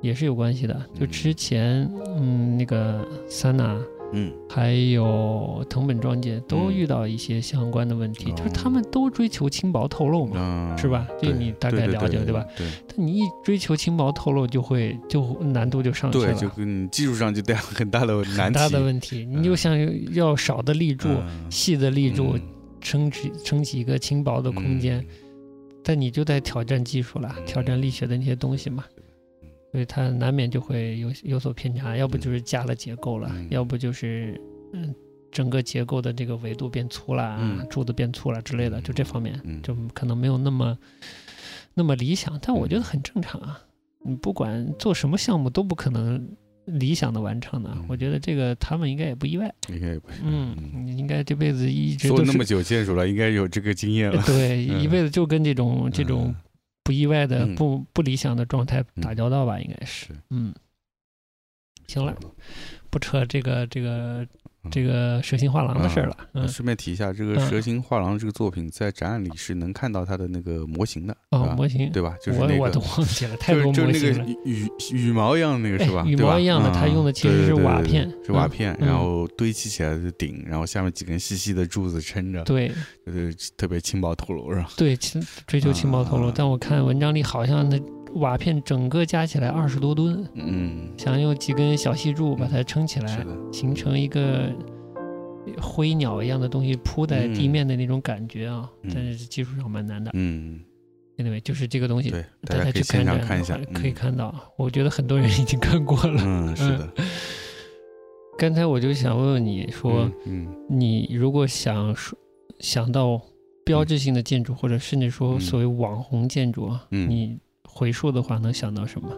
[SPEAKER 2] 也是有关系的。就
[SPEAKER 1] 嗯
[SPEAKER 2] 之前，嗯，那个三娜
[SPEAKER 1] 嗯
[SPEAKER 2] 还有藤本壮介都
[SPEAKER 1] 嗯
[SPEAKER 2] 遇到一些相关的问题，就是
[SPEAKER 1] 哦
[SPEAKER 2] 他们都追求轻薄透漏嘛。
[SPEAKER 1] 嗯，
[SPEAKER 2] 是吧这
[SPEAKER 1] 对
[SPEAKER 2] 你大概了解
[SPEAKER 1] 对
[SPEAKER 2] 对吧？
[SPEAKER 1] 对
[SPEAKER 2] 但你一追求轻薄透漏，就会就难度就上去
[SPEAKER 1] 对，
[SPEAKER 2] 了，
[SPEAKER 1] 对就跟你技术上就带来很大的难
[SPEAKER 2] 很
[SPEAKER 1] 题，
[SPEAKER 2] 大的问题。你就
[SPEAKER 1] 嗯
[SPEAKER 2] 想要少的立柱，
[SPEAKER 1] 嗯
[SPEAKER 2] 细的立柱，
[SPEAKER 1] 嗯
[SPEAKER 2] 撑起撑起一个轻薄的空间，但你就在挑战技术了，
[SPEAKER 1] 嗯
[SPEAKER 2] 挑战力学的那些东西嘛，所以它难免就会有有所偏差，要不就是加了结构了，
[SPEAKER 1] 嗯
[SPEAKER 2] 要不就是嗯整个结构的这个维度变粗啦，
[SPEAKER 1] 嗯
[SPEAKER 2] 柱子变粗了之类的，就这方面
[SPEAKER 1] 嗯
[SPEAKER 2] 就可能没有那么那么理想，但我
[SPEAKER 1] 嗯
[SPEAKER 2] 觉得很正常啊，你不管做什么项目都不可能。理想的完成的
[SPEAKER 1] 嗯，
[SPEAKER 2] 我觉得这个他们应该也不意外。
[SPEAKER 1] 应该也不
[SPEAKER 2] 嗯，你应该这辈子一直
[SPEAKER 1] 做
[SPEAKER 2] 都
[SPEAKER 1] 那
[SPEAKER 2] 是
[SPEAKER 1] 么久建筑了，应该有这个经验了。
[SPEAKER 2] 对，
[SPEAKER 1] 嗯
[SPEAKER 2] 一辈子就跟这种 这种不意外的、
[SPEAKER 1] 嗯
[SPEAKER 2] 不不理想的状态打
[SPEAKER 1] 嗯
[SPEAKER 2] 交道吧，应该
[SPEAKER 1] 是。
[SPEAKER 2] 是嗯，行了，不扯这个这个
[SPEAKER 1] 嗯
[SPEAKER 2] 这个蛇形画廊的事儿了。
[SPEAKER 1] 嗯，
[SPEAKER 2] 嗯，
[SPEAKER 1] 顺便提一下，这个
[SPEAKER 2] 嗯
[SPEAKER 1] 蛇形画廊这个作品在展览里是能看到它的那个模型的，
[SPEAKER 2] 哦
[SPEAKER 1] 啊，
[SPEAKER 2] 模型，
[SPEAKER 1] 对吧？就是那
[SPEAKER 2] 我我都
[SPEAKER 1] 个，
[SPEAKER 2] 忘记 了，太
[SPEAKER 1] 就是就是
[SPEAKER 2] 多模
[SPEAKER 1] 那
[SPEAKER 2] 型了
[SPEAKER 1] 个。羽羽羽毛一样的那个是吧？
[SPEAKER 2] 哎羽
[SPEAKER 1] 对吧
[SPEAKER 2] 毛一样的
[SPEAKER 1] 嗯
[SPEAKER 2] 它用的其实
[SPEAKER 1] 对
[SPEAKER 2] 是
[SPEAKER 1] 对对
[SPEAKER 2] 瓦
[SPEAKER 1] 对
[SPEAKER 2] 片
[SPEAKER 1] 是瓦
[SPEAKER 2] 嗯
[SPEAKER 1] 片，
[SPEAKER 2] 嗯
[SPEAKER 1] 然后堆砌起来的顶，然后下面几根细细的柱子撑着，
[SPEAKER 2] 对
[SPEAKER 1] 就是特别轻薄透露，是吧？
[SPEAKER 2] 对，其追求轻薄透漏，
[SPEAKER 1] 啊
[SPEAKER 2] 但我看文章里好像那瓦片整个加起来二十多吨，
[SPEAKER 1] 嗯，
[SPEAKER 2] 想用几根小细柱把它撑起来
[SPEAKER 1] 是，的，
[SPEAKER 2] 形成一个灰鸟一样的东西铺在地面的那种感觉啊，
[SPEAKER 1] 嗯
[SPEAKER 2] 但是技术上蛮难的。
[SPEAKER 1] 嗯，
[SPEAKER 2] anyway，就是这个东西，
[SPEAKER 1] 对，大家
[SPEAKER 2] 大家
[SPEAKER 1] 可以
[SPEAKER 2] 去
[SPEAKER 1] 线
[SPEAKER 2] 看
[SPEAKER 1] 上
[SPEAKER 2] 展
[SPEAKER 1] 看一
[SPEAKER 2] 的
[SPEAKER 1] 下
[SPEAKER 2] 话，可以
[SPEAKER 1] 嗯，
[SPEAKER 2] 看到，我觉得很多人已经看过了。
[SPEAKER 1] 嗯，是的，
[SPEAKER 2] 刚才我就想问问你说，
[SPEAKER 1] 嗯，
[SPEAKER 2] 你如果想说想到标志性的建筑，或者甚至说
[SPEAKER 1] 嗯
[SPEAKER 2] 所谓网红建筑啊，
[SPEAKER 1] 嗯
[SPEAKER 2] 你回溯的话能想到什么？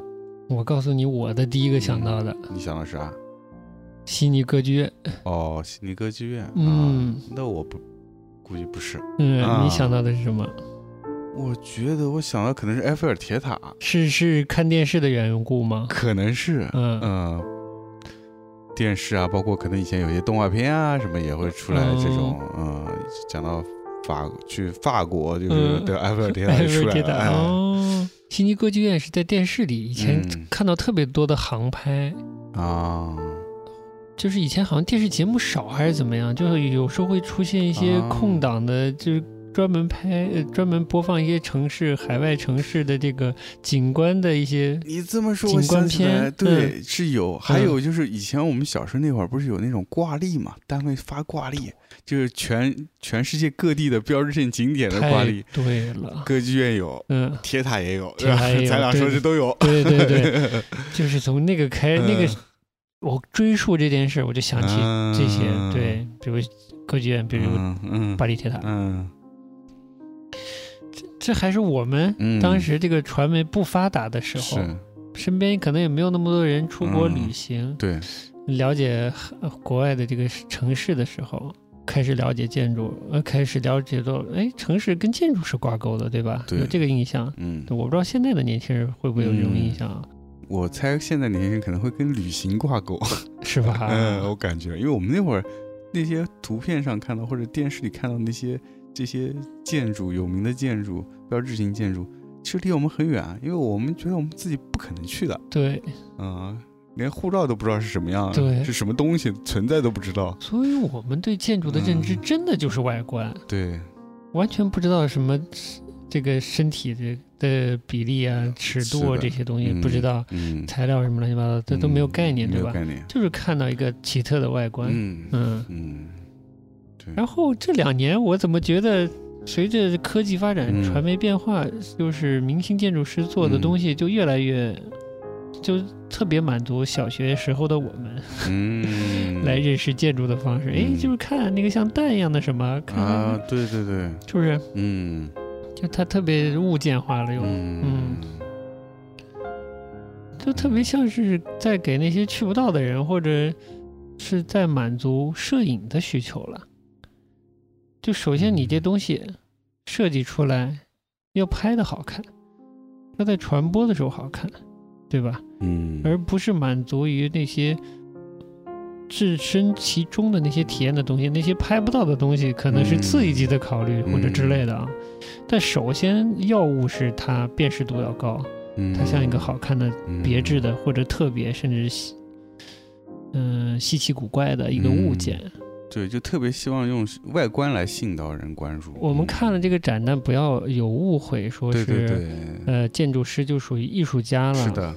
[SPEAKER 2] 我告诉你，我的第一个想到的、
[SPEAKER 1] 嗯，你想到啥？
[SPEAKER 2] 悉尼歌剧院，
[SPEAKER 1] 哦，悉尼歌剧院，啊
[SPEAKER 2] 嗯，
[SPEAKER 1] 那我不估计不是，
[SPEAKER 2] 嗯，
[SPEAKER 1] 啊
[SPEAKER 2] 你想到的是什么？
[SPEAKER 1] 我觉得我想到可能是埃菲尔铁塔，
[SPEAKER 2] 是是看电视的缘故吗？
[SPEAKER 1] 可能是，
[SPEAKER 2] 嗯
[SPEAKER 1] 嗯，电视啊，包括可能以前有些动画片啊什么也会出来
[SPEAKER 2] 哦
[SPEAKER 1] 这种，嗯，讲到法去法国就是
[SPEAKER 2] 嗯
[SPEAKER 1] 对埃菲尔铁塔
[SPEAKER 2] 埃
[SPEAKER 1] 就
[SPEAKER 2] 菲
[SPEAKER 1] 出
[SPEAKER 2] 尔
[SPEAKER 1] 来
[SPEAKER 2] 铁
[SPEAKER 1] 了，
[SPEAKER 2] 塔
[SPEAKER 1] 哎
[SPEAKER 2] 哦，悉尼歌剧院是在电视里以前
[SPEAKER 1] 嗯
[SPEAKER 2] 看到特别多的航拍，
[SPEAKER 1] 啊，
[SPEAKER 2] 就是以前好像电视节目少还是怎么样，就是有时候会出现一些
[SPEAKER 1] 啊
[SPEAKER 2] 空档的，就是。专门拍、呃专门播放一些城市、海外城市的这个景观的一些，
[SPEAKER 1] 你这么说
[SPEAKER 2] 景
[SPEAKER 1] 我想
[SPEAKER 2] 观
[SPEAKER 1] 起来，
[SPEAKER 2] 片嗯
[SPEAKER 1] 对，是有，还有就是以前我们小时候那会儿不是有那种挂历嘛，单位发挂历，就是全全世界各地的标志性景点的挂
[SPEAKER 2] 太
[SPEAKER 1] 历，
[SPEAKER 2] 对了，
[SPEAKER 1] 歌剧院有，
[SPEAKER 2] 嗯，
[SPEAKER 1] 铁塔也有，
[SPEAKER 2] 铁塔也 有
[SPEAKER 1] 咱俩
[SPEAKER 2] 对哎
[SPEAKER 1] 说这都有。
[SPEAKER 2] 对对对，就是从那个开，那个
[SPEAKER 1] 嗯
[SPEAKER 2] 我追溯这件事，我就想起这些，
[SPEAKER 1] 嗯
[SPEAKER 2] 对，比如歌剧院，比如
[SPEAKER 1] 嗯嗯
[SPEAKER 2] 巴黎铁塔，
[SPEAKER 1] 嗯
[SPEAKER 2] 这还是我们
[SPEAKER 1] 嗯，
[SPEAKER 2] 当时这个传媒不发达的时候，
[SPEAKER 1] 是
[SPEAKER 2] 身边可能也没有那么多人出国
[SPEAKER 1] 嗯
[SPEAKER 2] 旅行，
[SPEAKER 1] 对，
[SPEAKER 2] 了解呃国外的这个城市的时候，开始了解建筑，呃，开始了解到，哎，城市跟建筑是挂钩的，对吧？
[SPEAKER 1] 对
[SPEAKER 2] 有这个印象。
[SPEAKER 1] 嗯，
[SPEAKER 2] 我不知道现在的年轻人会不会有这种印象啊？
[SPEAKER 1] 我猜现在年轻人可能会跟旅行挂钩，
[SPEAKER 2] 是吧？
[SPEAKER 1] 嗯，我感觉，因为我们那会儿那些图片上看到或者电视里看到那些这些建筑，有名的建筑，标志性建筑，其实离我们很远啊，因为我们觉得我们自己不可能去的，
[SPEAKER 2] 对，
[SPEAKER 1] 嗯，连护照都不知道是什么样，
[SPEAKER 2] 对
[SPEAKER 1] 是什么东西存在都不知道，
[SPEAKER 2] 所以我们对建筑的认知
[SPEAKER 1] 嗯
[SPEAKER 2] 真的就是外观，
[SPEAKER 1] 对，
[SPEAKER 2] 完全不知道什么这个身体的的比例啊、尺度
[SPEAKER 1] 是
[SPEAKER 2] 啊
[SPEAKER 1] 的
[SPEAKER 2] 这些东西，
[SPEAKER 1] 嗯
[SPEAKER 2] 不知道
[SPEAKER 1] 嗯，
[SPEAKER 2] 材料什么乱七八糟， 这都
[SPEAKER 1] 嗯
[SPEAKER 2] 没有概念，
[SPEAKER 1] 没
[SPEAKER 2] 对
[SPEAKER 1] 有
[SPEAKER 2] 吧？
[SPEAKER 1] 概念，
[SPEAKER 2] 就是看到一个奇特的外观，
[SPEAKER 1] 嗯
[SPEAKER 2] 嗯
[SPEAKER 1] 嗯，对，
[SPEAKER 2] 然后这两年，我怎么觉得随着科技发展、
[SPEAKER 1] 嗯
[SPEAKER 2] 传媒变化，就是明星建筑师做的东西就越来越，就特别满足小学时候的我们、
[SPEAKER 1] 嗯，
[SPEAKER 2] 来认识建筑的方式。哎、
[SPEAKER 1] 嗯
[SPEAKER 2] 就是看那个像蛋一样的什么，看、
[SPEAKER 1] 啊，对对对，
[SPEAKER 2] 是不是？
[SPEAKER 1] 嗯
[SPEAKER 2] 就它特别物件化了又，
[SPEAKER 1] 嗯
[SPEAKER 2] 就特别像是在给那些去不到的人，或者是在满足摄影的需求了。就首先你
[SPEAKER 1] 嗯
[SPEAKER 2] 这东西设计出来，要拍的好看，要在传播的时候好看，对吧？
[SPEAKER 1] 嗯，
[SPEAKER 2] 而不是满足于那些置身其中的那些体验的东西，那些拍不到的东西可能是次一级的考虑
[SPEAKER 1] 嗯
[SPEAKER 2] 或者之类的啊。但首先要务是它辨识度要高，
[SPEAKER 1] 嗯
[SPEAKER 2] 它像一个好看的别致
[SPEAKER 1] 的
[SPEAKER 2] 的或者特别，甚至稀嗯、稀奇古怪的一个物件。
[SPEAKER 1] 对，就特别希望用外观来吸引到人关注。
[SPEAKER 2] 我们
[SPEAKER 1] 嗯
[SPEAKER 2] 看了这个展，但不要有误会，说
[SPEAKER 1] 对
[SPEAKER 2] 是
[SPEAKER 1] 对对，
[SPEAKER 2] 呃建筑师就属于艺术家了。
[SPEAKER 1] 是，的，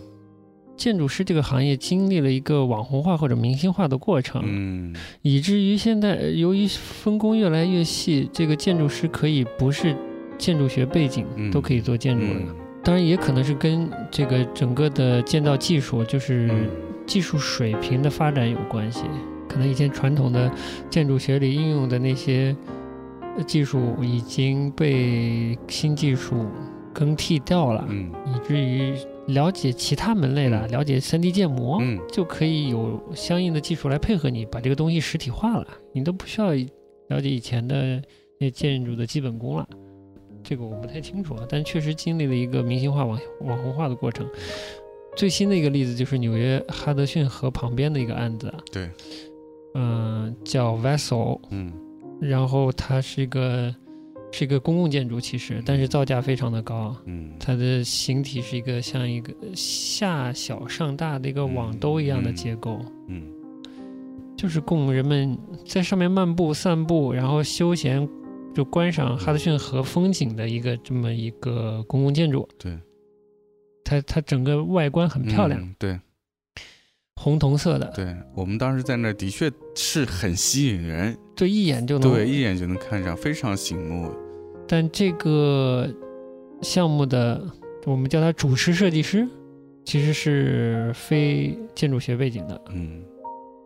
[SPEAKER 2] 建筑师这个行业经历了一个网红化或者明星化的过程，
[SPEAKER 1] 嗯
[SPEAKER 2] 以至于现在呃由于分工越来越细，这个建筑师可以不是。建筑学背景
[SPEAKER 1] 嗯
[SPEAKER 2] 都可以做建筑了，
[SPEAKER 1] 嗯
[SPEAKER 2] 当然也可能是跟这个整个的建造技术，就是
[SPEAKER 1] 嗯
[SPEAKER 2] 技术水平的发展有关系。可能以前传统的建筑学里应用的那些呃技术已经被新技术更替掉了，
[SPEAKER 1] 嗯
[SPEAKER 2] 以至于了解其他门类了，了解 3D 建模，
[SPEAKER 1] 嗯
[SPEAKER 2] 就可以有相应的技术来配合你把这个东西实体化了，你都不需要了解以前的那建筑的基本功了。这个我不太清楚啊，但确实经历了一个明星化、网网红化的过程。最新的一个例子就是纽约哈德逊河旁边的一个案子，啊
[SPEAKER 1] 对，
[SPEAKER 2] 嗯、叫 Vessel，
[SPEAKER 1] 嗯
[SPEAKER 2] 然后它是一个是一个公共建筑，其实但是造价非常的高，啊
[SPEAKER 1] 嗯，
[SPEAKER 2] 它的形体是一个像一个下小上大的一个网兜一样的
[SPEAKER 1] 嗯嗯
[SPEAKER 2] 结构，
[SPEAKER 1] 嗯
[SPEAKER 2] 就是供人们在上面漫步、散步，然后休闲，就观赏哈德逊河风景的一个这么一个公共建筑。
[SPEAKER 1] 对，
[SPEAKER 2] 它它整个外观很漂亮，
[SPEAKER 1] 嗯对
[SPEAKER 2] 红铜色的，
[SPEAKER 1] 对，我们当时在那儿的确是很吸引人，
[SPEAKER 2] 就一眼就能。
[SPEAKER 1] 对，一眼就能看上，非常醒目。
[SPEAKER 2] 但这个项目的我们叫它主持设计师，其实是非建筑学背景的，
[SPEAKER 1] 嗯，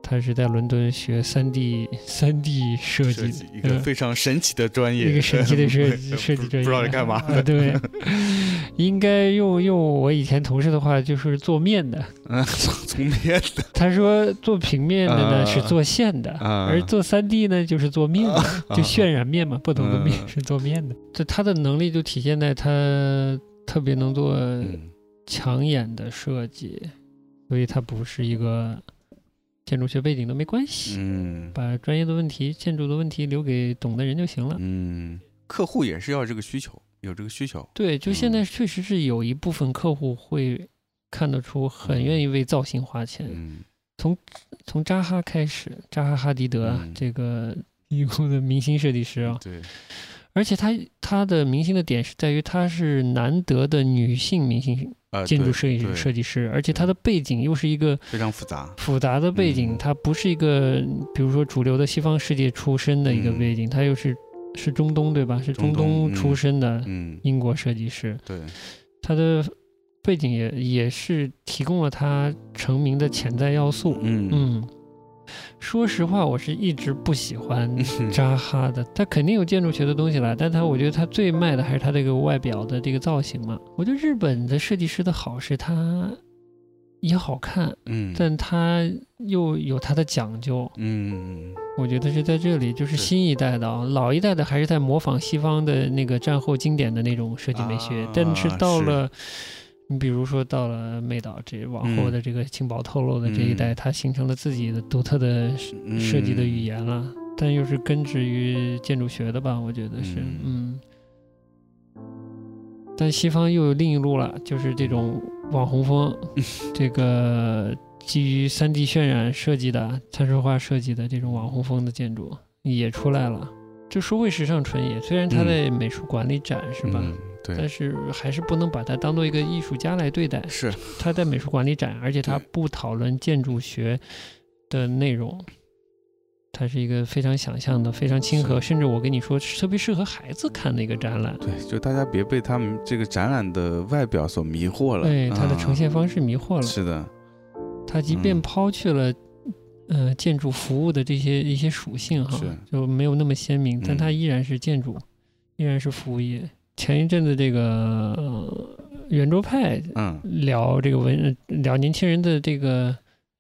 [SPEAKER 2] 他是在伦敦学三 D 三 D 设计
[SPEAKER 1] 设
[SPEAKER 2] 的，
[SPEAKER 1] 计一个
[SPEAKER 2] 嗯
[SPEAKER 1] 非常神奇的专业，
[SPEAKER 2] 一个神奇的设 计
[SPEAKER 1] 不
[SPEAKER 2] 设计专业，
[SPEAKER 1] 不知道是干嘛
[SPEAKER 2] 啊
[SPEAKER 1] 的。
[SPEAKER 2] 对，应该用用我以前同事的话，就是做面的。
[SPEAKER 1] 嗯， 从别的
[SPEAKER 2] 他说做平面的呢、
[SPEAKER 1] 啊
[SPEAKER 2] 是做线的，
[SPEAKER 1] 啊
[SPEAKER 2] 而做三 D 呢就是做面的，就渲染面嘛，不同的面、
[SPEAKER 1] 嗯
[SPEAKER 2] 是做面的。就他的能力就体现在他特别能做
[SPEAKER 1] 嗯
[SPEAKER 2] 抢眼的设计，所以他不是一个建筑学背景都没关系，
[SPEAKER 1] 嗯
[SPEAKER 2] 把专业的问题、建筑的问题留给懂的人就行了。
[SPEAKER 1] 嗯，客户也是要这个需求，有这个需求。
[SPEAKER 2] 对，就现
[SPEAKER 1] 嗯
[SPEAKER 2] 在确实是有一部分客户会看得出，很愿意为造型花钱。
[SPEAKER 1] 嗯
[SPEAKER 2] 从扎哈开始，扎哈哈迪德啊，
[SPEAKER 1] 嗯
[SPEAKER 2] 这个 英国的明星设计师啊，
[SPEAKER 1] 对，
[SPEAKER 2] 而且他他的明星的点是在于他是难得的女性明星
[SPEAKER 1] 呃，
[SPEAKER 2] 建筑
[SPEAKER 1] 对
[SPEAKER 2] 设计
[SPEAKER 1] 对
[SPEAKER 2] 设计师，而且他的背景又是一个
[SPEAKER 1] 非常复杂。
[SPEAKER 2] 复杂的背景，
[SPEAKER 1] 嗯
[SPEAKER 2] 他不是一个比如说主流的西方世界出身的一个
[SPEAKER 1] 嗯
[SPEAKER 2] 背景，他又是是中东对吧？是
[SPEAKER 1] 中
[SPEAKER 2] 中
[SPEAKER 1] 东
[SPEAKER 2] 东出
[SPEAKER 1] 嗯
[SPEAKER 2] 身的
[SPEAKER 1] 嗯，
[SPEAKER 2] 英国设计师，
[SPEAKER 1] 对，
[SPEAKER 2] 他的背景也也是提供了他成名的潜在要素。
[SPEAKER 1] 嗯
[SPEAKER 2] 嗯，说实话，我是一直不喜欢
[SPEAKER 1] 嗯
[SPEAKER 2] 扎哈的，他肯定有建筑学的东西啦，但他我觉得他最卖的还是他这个外表的这个造型嘛。我觉得日本的设计师的好是他也好看，
[SPEAKER 1] 嗯，
[SPEAKER 2] 但他又有他的讲究，
[SPEAKER 1] 嗯
[SPEAKER 2] 我觉得是在这里，就是
[SPEAKER 1] 是
[SPEAKER 2] 新一代的啊，老一代的还是在模仿西方的那个战后经典的那种设计美学，
[SPEAKER 1] 啊
[SPEAKER 2] 但是到
[SPEAKER 1] 是
[SPEAKER 2] 了。你比如说，到了妹岛这往后的这个轻薄透漏的这一代，
[SPEAKER 1] 嗯
[SPEAKER 2] 它形成了自己的独特的
[SPEAKER 1] 嗯
[SPEAKER 2] 设计的语言了，但又是根植于建筑学的吧？我觉得是，嗯
[SPEAKER 1] 嗯。
[SPEAKER 2] 但西方又有另一路了，就是这种网红风， 这个基于 3D 渲染设计的、参数化设计的这种网红风的建筑也出来了。就说回时尚纯野，虽然它在美术馆里展、是吧？
[SPEAKER 1] 嗯
[SPEAKER 2] 但
[SPEAKER 1] 对，
[SPEAKER 2] 是还是不能把它当做一个艺术家来对待。
[SPEAKER 1] 是
[SPEAKER 2] 他在美术馆里展，而且他不讨论建筑学的内容，它是一个非常想象的、非常亲和，
[SPEAKER 1] 是
[SPEAKER 2] 甚至我跟你说是特别适合孩子看的一个展览。
[SPEAKER 1] 对，就大家别被他们这个展览的外表所迷惑了，
[SPEAKER 2] 对它的
[SPEAKER 1] 啊
[SPEAKER 2] 呈现方式迷惑了，
[SPEAKER 1] 是的，
[SPEAKER 2] 它即便
[SPEAKER 1] 嗯
[SPEAKER 2] 抛去了。呃，建筑服务的这些一些属性哈
[SPEAKER 1] 是，
[SPEAKER 2] 就没有那么鲜明，但
[SPEAKER 1] 嗯
[SPEAKER 2] 它依然是建筑，依然是服务业。前一阵子这个呃圆桌派
[SPEAKER 1] 嗯
[SPEAKER 2] 聊这个文呃聊年轻人的这个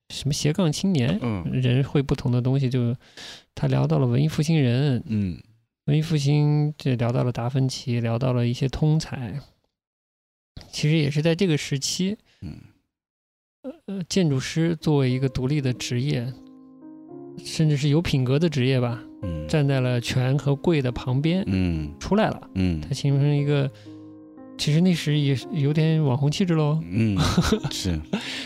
[SPEAKER 2] 什么斜杠青年，
[SPEAKER 1] 嗯
[SPEAKER 2] 人会不同的东西，就他聊到了文艺复兴人，
[SPEAKER 1] 嗯
[SPEAKER 2] 文艺复兴这聊到了达芬奇，聊到了一些通才，其实也是在这个时期，
[SPEAKER 1] 嗯
[SPEAKER 2] 呃，建筑师作为一个独立的职业，甚至是有品格的职业吧，
[SPEAKER 1] 嗯，
[SPEAKER 2] 站在了权和贵的旁边
[SPEAKER 1] 嗯
[SPEAKER 2] 出来了，
[SPEAKER 1] 嗯
[SPEAKER 2] 他形成一个，其实那时也是有点网红气质喽，
[SPEAKER 1] 嗯是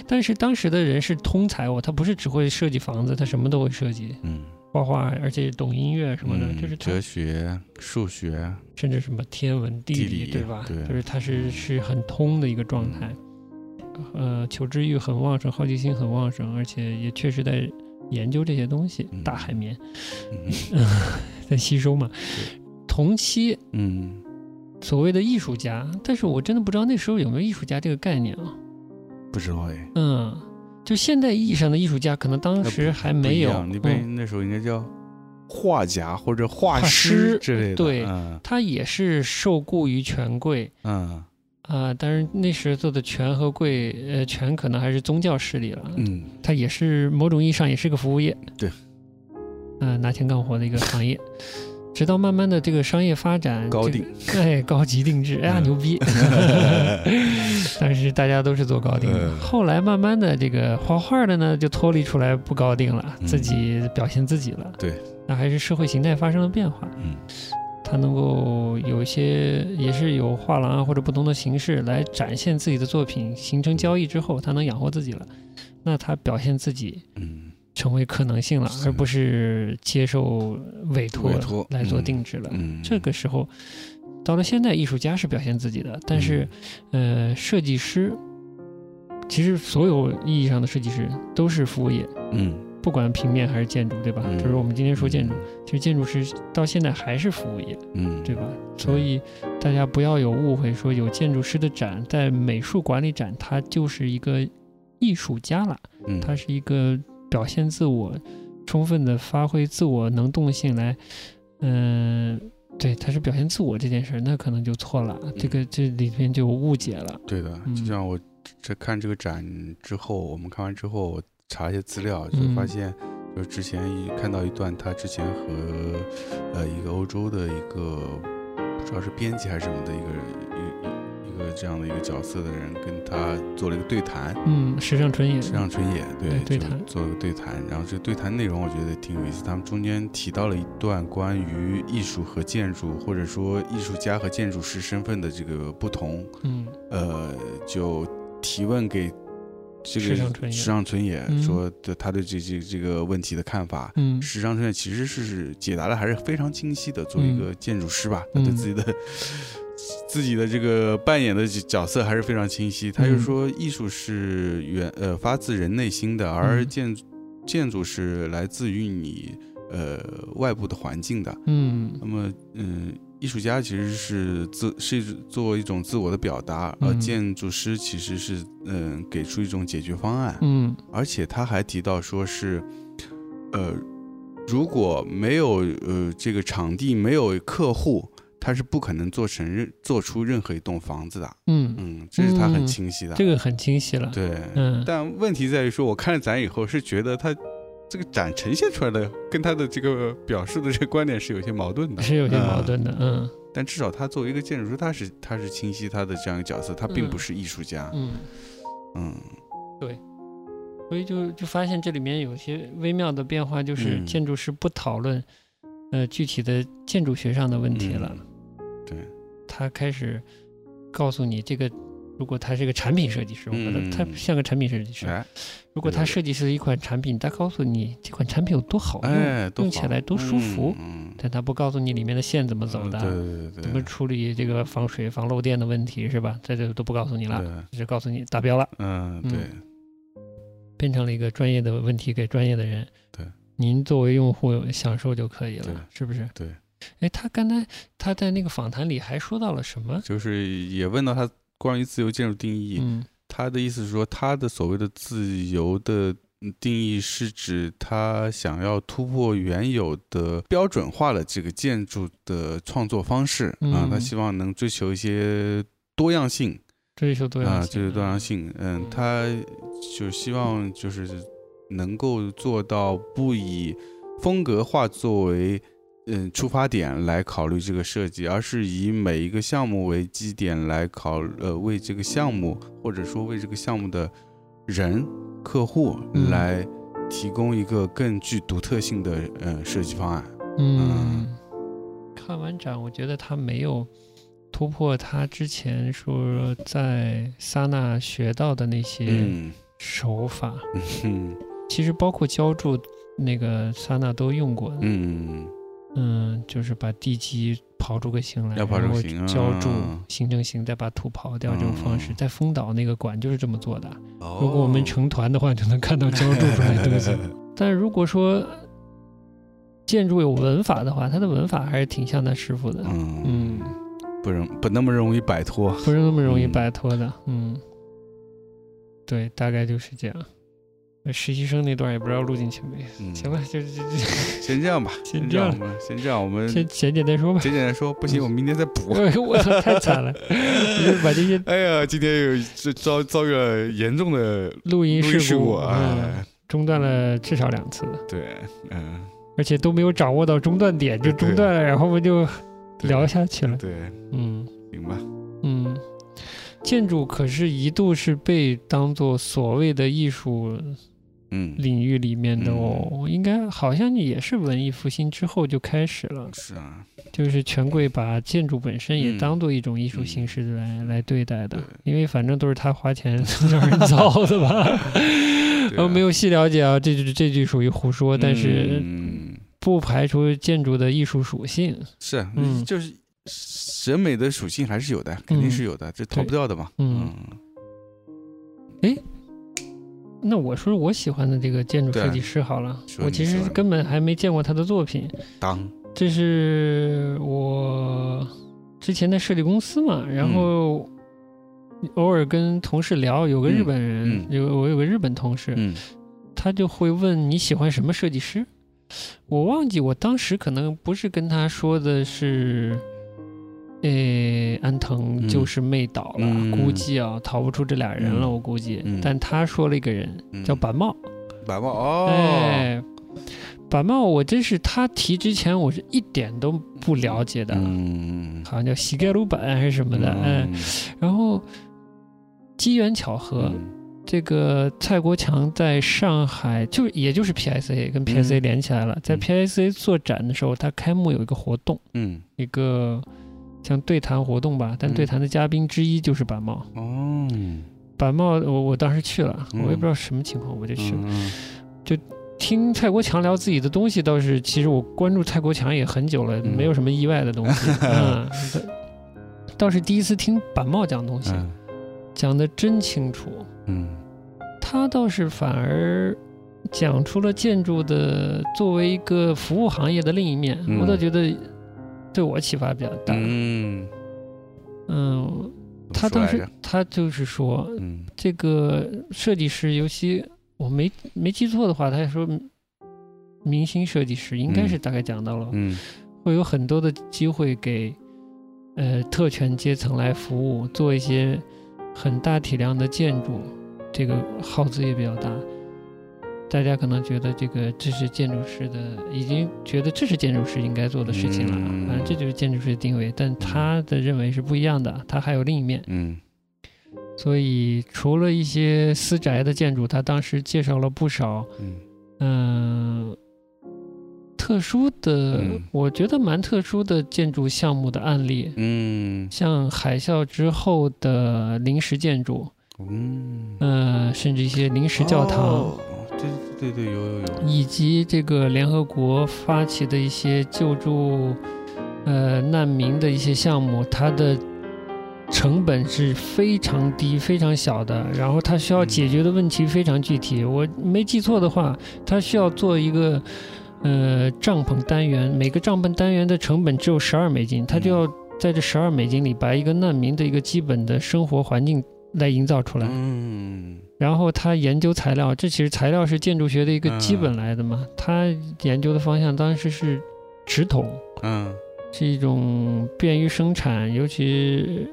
[SPEAKER 2] 但是当时的人是通才哦，他不是只会设计房子，他什么都会设计，
[SPEAKER 1] 嗯
[SPEAKER 2] 画画，而且懂音乐什么的，
[SPEAKER 1] 嗯
[SPEAKER 2] 就是他
[SPEAKER 1] 哲学、数学，
[SPEAKER 2] 甚至什么天文地
[SPEAKER 1] 地
[SPEAKER 2] 理，
[SPEAKER 1] 理
[SPEAKER 2] 对吧？
[SPEAKER 1] 对
[SPEAKER 2] 就是他是是很通的一个状态，
[SPEAKER 1] 嗯
[SPEAKER 2] 呃，求知欲很旺盛，好奇心很旺盛，而且也确实在研究这些东西，
[SPEAKER 1] 嗯
[SPEAKER 2] 大海绵
[SPEAKER 1] 嗯
[SPEAKER 2] 在吸收嘛。同期
[SPEAKER 1] 嗯
[SPEAKER 2] 所谓的艺术家，但是我真的不知道那时候有没有艺术家这个概念啊。
[SPEAKER 1] 不知道哎，
[SPEAKER 2] 嗯，就现代意义上的艺术家，可能当
[SPEAKER 1] 那
[SPEAKER 2] 时
[SPEAKER 1] 不
[SPEAKER 2] 还
[SPEAKER 1] 不
[SPEAKER 2] 没
[SPEAKER 1] 一
[SPEAKER 2] 有
[SPEAKER 1] 样。那边、
[SPEAKER 2] 嗯
[SPEAKER 1] 那时候应该叫画家或者画
[SPEAKER 2] 画师
[SPEAKER 1] 师之类的，
[SPEAKER 2] 对
[SPEAKER 1] 嗯
[SPEAKER 2] 他也是受雇于权贵
[SPEAKER 1] 嗯
[SPEAKER 2] 啊、当然那时候的权和贵，呃，权可能还是宗教势力了，
[SPEAKER 1] 嗯
[SPEAKER 2] 它也是某种意义上也是个服务业，
[SPEAKER 1] 对，
[SPEAKER 2] 呃，拿钱干活的一个行业。直到慢慢的这个商业发展，
[SPEAKER 1] 高
[SPEAKER 2] 这个
[SPEAKER 1] 定，
[SPEAKER 2] 哎，高级定制，哎呀，
[SPEAKER 1] 嗯
[SPEAKER 2] 牛逼！当时大家都是做高定的，
[SPEAKER 1] 嗯
[SPEAKER 2] 后来慢慢的这个画画的呢，就脱离出来不高定了，
[SPEAKER 1] 嗯
[SPEAKER 2] 自己表现自己了。
[SPEAKER 1] 对，
[SPEAKER 2] 那还是社会形态发生了变化。
[SPEAKER 1] 嗯
[SPEAKER 2] 它能够有一些也是有画廊啊或者不同的形式来展现自己的作品，形成交易之后，它能养活自己了，那它表现自己
[SPEAKER 1] 嗯
[SPEAKER 2] 成为可能性了，
[SPEAKER 1] 是
[SPEAKER 2] 而不是接受委托
[SPEAKER 1] 委托
[SPEAKER 2] 来做
[SPEAKER 1] 嗯
[SPEAKER 2] 定制了。
[SPEAKER 1] 嗯，
[SPEAKER 2] 这个时候，到了现在，艺术家是表现自己的，但是，
[SPEAKER 1] 嗯
[SPEAKER 2] 呃，设计师，其实所有意义上的设计师都是服务业，
[SPEAKER 1] 嗯，
[SPEAKER 2] 不管平面还是建筑，对吧？
[SPEAKER 1] 嗯
[SPEAKER 2] 就是我们今天
[SPEAKER 1] 嗯
[SPEAKER 2] 说建筑，，其实建筑师到现在还是服务业。
[SPEAKER 1] 嗯
[SPEAKER 2] 对吧？所以大家不要有误会，说有建筑师的展在美术馆里展，他就是一个艺术家了，
[SPEAKER 1] 嗯
[SPEAKER 2] 他是一个表现自我、充分的发挥自我能动性来，嗯、对，他是表现自我这件事儿，那可能就错了，
[SPEAKER 1] 嗯
[SPEAKER 2] 这个这里边就有误解了。
[SPEAKER 1] 对的，
[SPEAKER 2] 嗯
[SPEAKER 1] 就像我这看这个展之后，我们看完之后，我查一些资料，就
[SPEAKER 2] 嗯
[SPEAKER 1] 发现，就之前一看到一段，他之前和呃一个欧洲的一个不知道是编辑还是什么的一个一一一个这样的一个角色的人，跟他做了一个对谈。
[SPEAKER 2] 嗯，时尚纯野，
[SPEAKER 1] 时尚春野对
[SPEAKER 2] 对对
[SPEAKER 1] 就
[SPEAKER 2] 谈
[SPEAKER 1] 做了个对谈，然后这对谈内容我觉得挺有意思。他们中间提到了一段关于艺术和建筑，或者说艺术家和建筑师身份的这个不同，
[SPEAKER 2] 嗯
[SPEAKER 1] 呃，就提问给这个
[SPEAKER 2] 时尚纯野
[SPEAKER 1] 时尚纯野
[SPEAKER 2] 嗯
[SPEAKER 1] 说的他对这这这个问题的看法。
[SPEAKER 2] 嗯
[SPEAKER 1] 时尚纯野其实是解答的还是非常清晰的，作为一个建筑师吧，
[SPEAKER 2] 嗯
[SPEAKER 1] 他对自己的。自己的这个扮演的角色还是非常清晰。他就
[SPEAKER 2] 嗯
[SPEAKER 1] 说，艺术是源呃发自人内心的，而
[SPEAKER 2] 嗯
[SPEAKER 1] 建建筑是来自于你呃外部的环境的。
[SPEAKER 2] 嗯
[SPEAKER 1] 那么，嗯，艺术家其实是自是一种做一种自我的表达，而
[SPEAKER 2] 嗯
[SPEAKER 1] 建筑师其实是嗯给出一种解决方案，
[SPEAKER 2] 嗯
[SPEAKER 1] 而且他还提到说是，呃，如果没有呃这个场地没有客户，他是不可能做成任做出任何一栋房子的。
[SPEAKER 2] 嗯，
[SPEAKER 1] 嗯，这是他很
[SPEAKER 2] 嗯
[SPEAKER 1] 清晰的。
[SPEAKER 2] 这个很清晰了。
[SPEAKER 1] 对，
[SPEAKER 2] 嗯
[SPEAKER 1] 但问题在于说，我看了展以后是觉得他这个展呈现出来的跟他的这个表述的这个观点是有些矛盾的，
[SPEAKER 2] 是有些
[SPEAKER 1] 嗯
[SPEAKER 2] 矛。盾的。嗯
[SPEAKER 1] 但至少他作为一个建筑师，他是他是清晰他的这样一个角色，他并不是艺术家。
[SPEAKER 2] 嗯，
[SPEAKER 1] 嗯，
[SPEAKER 2] 所以就就发现这里面有些微妙的变化，就是
[SPEAKER 1] 嗯
[SPEAKER 2] 建筑师不讨论呃具体的建筑学上的
[SPEAKER 1] 嗯
[SPEAKER 2] 问题了，
[SPEAKER 1] 对，
[SPEAKER 2] 他开始告诉你这个。如果他是个产品设计师，我觉得
[SPEAKER 1] 嗯
[SPEAKER 2] 他像个产品设计师。
[SPEAKER 1] 哎
[SPEAKER 2] 如果
[SPEAKER 1] 对
[SPEAKER 2] 他
[SPEAKER 1] 对
[SPEAKER 2] 设计是一款产品，他告诉你这款产品有多好用，
[SPEAKER 1] 哎，多
[SPEAKER 2] 用起
[SPEAKER 1] 好
[SPEAKER 2] 来多舒服
[SPEAKER 1] 嗯，
[SPEAKER 2] 但他不告诉你里面的线怎么
[SPEAKER 1] 嗯
[SPEAKER 2] 走的，
[SPEAKER 1] 嗯对对
[SPEAKER 2] 怎
[SPEAKER 1] 对
[SPEAKER 2] 么
[SPEAKER 1] 对，
[SPEAKER 2] 处理这个防水、防漏电的问题，是吧？这就都不告诉你了，
[SPEAKER 1] 对，
[SPEAKER 2] 只告诉你达标了，
[SPEAKER 1] 嗯，对，
[SPEAKER 2] 变成了一个专业的问题给专业的人。
[SPEAKER 1] 对，
[SPEAKER 2] 您作为用户享受就可以
[SPEAKER 1] 对
[SPEAKER 2] 了，是不是？
[SPEAKER 1] 对。
[SPEAKER 2] 哎，他刚才他在那个访谈里还说到了什么？
[SPEAKER 1] 就是也问到他关于自由建筑定义，
[SPEAKER 2] 嗯
[SPEAKER 1] 他的意思是说，他的所谓的自由的嗯定义是指他想要突破原有的标准化的这个建筑的创作方式啊、
[SPEAKER 2] 嗯
[SPEAKER 1] 他希望能追求一些多样性
[SPEAKER 2] 追求多样
[SPEAKER 1] 啊，
[SPEAKER 2] 性，
[SPEAKER 1] 追求多样。性。嗯，他就希望就是能够做到不以风格化作为。嗯，出发点来考虑这个设计，而是以每一个项目为基点来考，呃，为这个项目或者说为这个项目的人、客户
[SPEAKER 2] 嗯
[SPEAKER 1] 来提供一个更具独特性的呃设计方案。
[SPEAKER 2] 嗯，看完展，我觉得他没有突破他之前说在撒那学到的那些
[SPEAKER 1] 嗯
[SPEAKER 2] 手法。
[SPEAKER 1] 嗯
[SPEAKER 2] 其实包括浇筑那个萨那都用过，
[SPEAKER 1] 嗯，
[SPEAKER 2] 嗯，就是把地基刨出个形来，
[SPEAKER 1] 要刨
[SPEAKER 2] 然
[SPEAKER 1] 出
[SPEAKER 2] 后
[SPEAKER 1] 形
[SPEAKER 2] 浇筑
[SPEAKER 1] 啊
[SPEAKER 2] 形成形，再把土刨掉，这种方式，
[SPEAKER 1] 嗯
[SPEAKER 2] 在丰岛那个馆就是这么做的。
[SPEAKER 1] 哦
[SPEAKER 2] 如果我们成团的话，就能看到浇筑出来的东 西。但是如果说建筑有文法的话，它的文法还是挺像他师傅的，
[SPEAKER 1] 嗯
[SPEAKER 2] 嗯，
[SPEAKER 1] 不容不那么容易摆脱。
[SPEAKER 2] 不是那么容易
[SPEAKER 1] 嗯
[SPEAKER 2] 摆脱的，嗯，对，大概就是这样。那实习生那段也不知道录进去没，
[SPEAKER 1] 嗯
[SPEAKER 2] 行，了，就就就
[SPEAKER 1] 先这样吧，
[SPEAKER 2] 先
[SPEAKER 1] 这
[SPEAKER 2] 这
[SPEAKER 1] 样，
[SPEAKER 2] 样
[SPEAKER 1] 我们先这嗯样，我们
[SPEAKER 2] 先简简单说吧。
[SPEAKER 1] 简简单说，不行，我们明天再 补。
[SPEAKER 2] 哎呦我操，太惨了！就是把这些
[SPEAKER 1] 哎呀，今天有这遭遭遇了严重的
[SPEAKER 2] 录音
[SPEAKER 1] 录音
[SPEAKER 2] 事
[SPEAKER 1] 事故
[SPEAKER 2] 故，
[SPEAKER 1] 啊
[SPEAKER 2] 嗯，！中断了至少两次，
[SPEAKER 1] 对，嗯，
[SPEAKER 2] 而且都没有掌握到中断点，就中断了，然后我们就
[SPEAKER 1] 对
[SPEAKER 2] 聊下去了。
[SPEAKER 1] 对，
[SPEAKER 2] 嗯
[SPEAKER 1] 行吧，
[SPEAKER 2] 嗯，建筑可是一度是被当做所谓的艺术
[SPEAKER 1] 嗯，
[SPEAKER 2] 领域里面的哦，应该好像也是文艺复兴之后就开始了，
[SPEAKER 1] 是啊，
[SPEAKER 2] 就是权贵把建筑本身也
[SPEAKER 1] 嗯
[SPEAKER 2] 当做一种艺术形式来、来对待的
[SPEAKER 1] 对，
[SPEAKER 2] 因为反正都是他 花钱让人造的吧。
[SPEAKER 1] 对
[SPEAKER 2] 我
[SPEAKER 1] 啊
[SPEAKER 2] 没有细了解啊，这句这句属于胡说，但是
[SPEAKER 1] 嗯，
[SPEAKER 2] 不排除建筑的艺术属性。
[SPEAKER 1] 是啊，
[SPEAKER 2] 嗯
[SPEAKER 1] 就是审美的属性还是有的，肯定是有的，这逃不掉的嘛。
[SPEAKER 2] 嗯那我说我喜欢的这个建筑设计师好了
[SPEAKER 1] 对，说啊
[SPEAKER 2] 我
[SPEAKER 1] 你喜
[SPEAKER 2] 其
[SPEAKER 1] 欢的
[SPEAKER 2] 实根本还没见过他的作品，
[SPEAKER 1] 嗯，当，
[SPEAKER 2] 这是我之前在设计公司嘛，然后偶尔跟同事聊，有个日本人
[SPEAKER 1] 嗯嗯，嗯
[SPEAKER 2] 有我有个日本同事，
[SPEAKER 1] 嗯
[SPEAKER 2] 他就会问你喜欢什么设计师。我忘记我当时可能不是跟他说的是，呃，安藤就是妹岛了，
[SPEAKER 1] 嗯
[SPEAKER 2] 估计啊逃不出这俩人了，
[SPEAKER 1] 嗯
[SPEAKER 2] 我估计。
[SPEAKER 1] 嗯
[SPEAKER 2] 但他说了一个人
[SPEAKER 1] 嗯
[SPEAKER 2] 叫板茂，
[SPEAKER 1] 白帽哦，
[SPEAKER 2] 哎，板茂，我真是他提之前我是一点都不了解的，
[SPEAKER 1] 嗯，
[SPEAKER 2] 好像叫膝盖鲁板还是什么的，嗯，
[SPEAKER 1] 嗯，
[SPEAKER 2] 然后机缘巧合，
[SPEAKER 1] 嗯
[SPEAKER 2] 这个蔡国强在上海，就也就是 PSA 跟 PSA 连起来了，在
[SPEAKER 1] 嗯
[SPEAKER 2] PSA 做展的时候，他开幕有一个活动，
[SPEAKER 1] 嗯，
[SPEAKER 2] 一个像对谈活动吧，但
[SPEAKER 1] 嗯
[SPEAKER 2] 对谈的嘉宾之一就是板茂。
[SPEAKER 1] 哦，
[SPEAKER 2] 板茂，我我当时去了，
[SPEAKER 1] 嗯
[SPEAKER 2] 我也不知道什么情况，我就去了。
[SPEAKER 1] 嗯
[SPEAKER 2] 听蔡国强聊自己的东西，倒是其实我关注蔡国强也很久了，
[SPEAKER 1] 嗯
[SPEAKER 2] 没有什么意外的东 西。嗯，倒是第一次听板茂讲东西，
[SPEAKER 1] 嗯
[SPEAKER 2] 讲的真清楚。
[SPEAKER 1] 嗯
[SPEAKER 2] 他倒是反而讲出了建筑的作为一个服务行业的另一面，
[SPEAKER 1] 嗯
[SPEAKER 2] 我倒觉得对我启发比较大。
[SPEAKER 1] 嗯，
[SPEAKER 2] 嗯，
[SPEAKER 1] 怎么
[SPEAKER 2] 他
[SPEAKER 1] 说
[SPEAKER 2] 当
[SPEAKER 1] 来
[SPEAKER 2] 时
[SPEAKER 1] 着
[SPEAKER 2] 他就是说，
[SPEAKER 1] 嗯
[SPEAKER 2] 这个设计师，尤其我没没记错的话，他说明星设计师应该是大概讲到了，
[SPEAKER 1] 嗯
[SPEAKER 2] 会有很多的机会给呃特权阶层来服务，做一些很大体量的建筑，这个耗资也比较大。大家可能觉得这个这是建筑师的，已经觉得这是建筑师应该做的事情了，啊
[SPEAKER 1] 嗯
[SPEAKER 2] 反正这就是建筑师的定位。但他的认为是不一样的，他还有另一面。
[SPEAKER 1] 嗯
[SPEAKER 2] 所以除了一些私宅的建筑，他当时介绍了不少，
[SPEAKER 1] 嗯
[SPEAKER 2] 嗯、特殊的，
[SPEAKER 1] 嗯
[SPEAKER 2] 我觉得蛮特殊的建筑项目的案例，
[SPEAKER 1] 嗯
[SPEAKER 2] 像海啸之后的临时建筑，
[SPEAKER 1] 嗯，
[SPEAKER 2] 呃，甚至一些临时教堂。
[SPEAKER 1] 哦，对对对，有有有，
[SPEAKER 2] 以及这个联合国发起的一些救助呃难民的一些项目，它的成本是非常低、非常小的，然后它需要
[SPEAKER 1] 嗯
[SPEAKER 2] 解决的问题非常具体。我没记错的话，它需要做一个。呃，帐篷单元每个帐篷单元的成本只有十二美金，它就
[SPEAKER 1] 嗯
[SPEAKER 2] 要在这十二美金里把一个难民的一个基本的生活环境来营造出来。
[SPEAKER 1] 嗯
[SPEAKER 2] 然后他研究材料，这其实材料是建筑学的一
[SPEAKER 1] 嗯
[SPEAKER 2] 个基本来的嘛。他研究的方向当时是纸筒，
[SPEAKER 1] 嗯
[SPEAKER 2] 是一种便于生产，尤其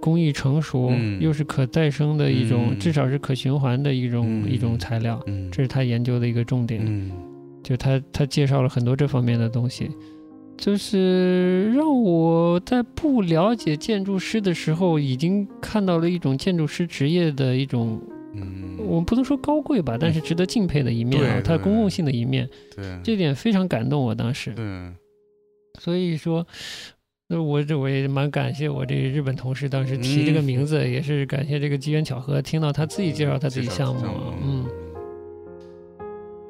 [SPEAKER 2] 工艺成熟，
[SPEAKER 1] 嗯
[SPEAKER 2] 又是可再生的一种，
[SPEAKER 1] 嗯
[SPEAKER 2] 至少是可循环的一种、
[SPEAKER 1] 嗯
[SPEAKER 2] 一种材料。
[SPEAKER 1] 嗯，
[SPEAKER 2] 这是他研究的一个重点，
[SPEAKER 1] 嗯
[SPEAKER 2] 就他他介绍了很多这方面的东西。就是让我在不了解建筑师的时候，已经看到了一种建筑师职业的一种
[SPEAKER 1] 嗯，
[SPEAKER 2] 我们不能说高贵吧，但是值得敬佩的一面啊
[SPEAKER 1] 对，
[SPEAKER 2] 它
[SPEAKER 1] 对
[SPEAKER 2] 公共性的一面，
[SPEAKER 1] 对
[SPEAKER 2] 这点非常感动我当时。
[SPEAKER 1] 对
[SPEAKER 2] 所以说，那我这我也蛮感谢我这日本同事当时提这个名字，也是感谢这个机缘巧合，听到他自己介绍他自己项目啊，嗯。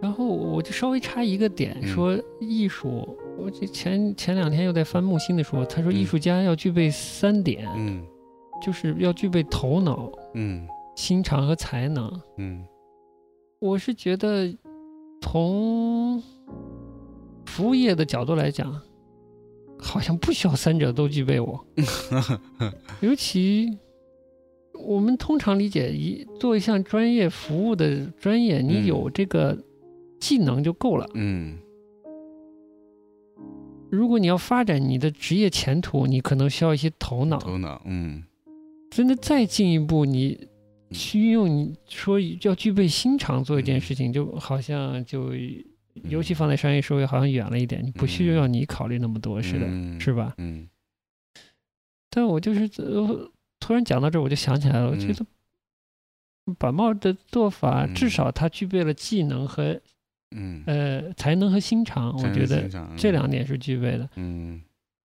[SPEAKER 2] 然后我就稍微插一个点，
[SPEAKER 1] 嗯
[SPEAKER 2] 说艺术，我这前前两天又在翻木心的说，他说
[SPEAKER 1] 嗯
[SPEAKER 2] 艺术家要具备三点，
[SPEAKER 1] 嗯
[SPEAKER 2] 就是要具备头脑、
[SPEAKER 1] 嗯
[SPEAKER 2] 心肠和才能。
[SPEAKER 1] 嗯
[SPEAKER 2] 我是觉得从服务业的角度来讲，好像不需要三者都具备我。尤其我们通常理解，一做一项专业服务的专业，你
[SPEAKER 1] 嗯
[SPEAKER 2] 有这个技能就够了。
[SPEAKER 1] 嗯
[SPEAKER 2] 如果你要发展你的职业前途，你可能需要一些头脑。
[SPEAKER 1] 头脑，嗯
[SPEAKER 2] 真的再进一步，你
[SPEAKER 1] 嗯
[SPEAKER 2] 去运用你说要具备心肠做一件事情，就好像就尤其放在商业社会好像远了一点，你不需要你考虑那么多，是的，是吧？
[SPEAKER 1] 嗯
[SPEAKER 2] 但我就是、呃突然讲到这儿，我就想起来了，我觉
[SPEAKER 1] 嗯
[SPEAKER 2] 得板茂的做法，
[SPEAKER 1] 嗯
[SPEAKER 2] 至少他具备了技能和
[SPEAKER 1] 嗯，
[SPEAKER 2] 呃才能和心肠，我觉得这两点是具备的。
[SPEAKER 1] 嗯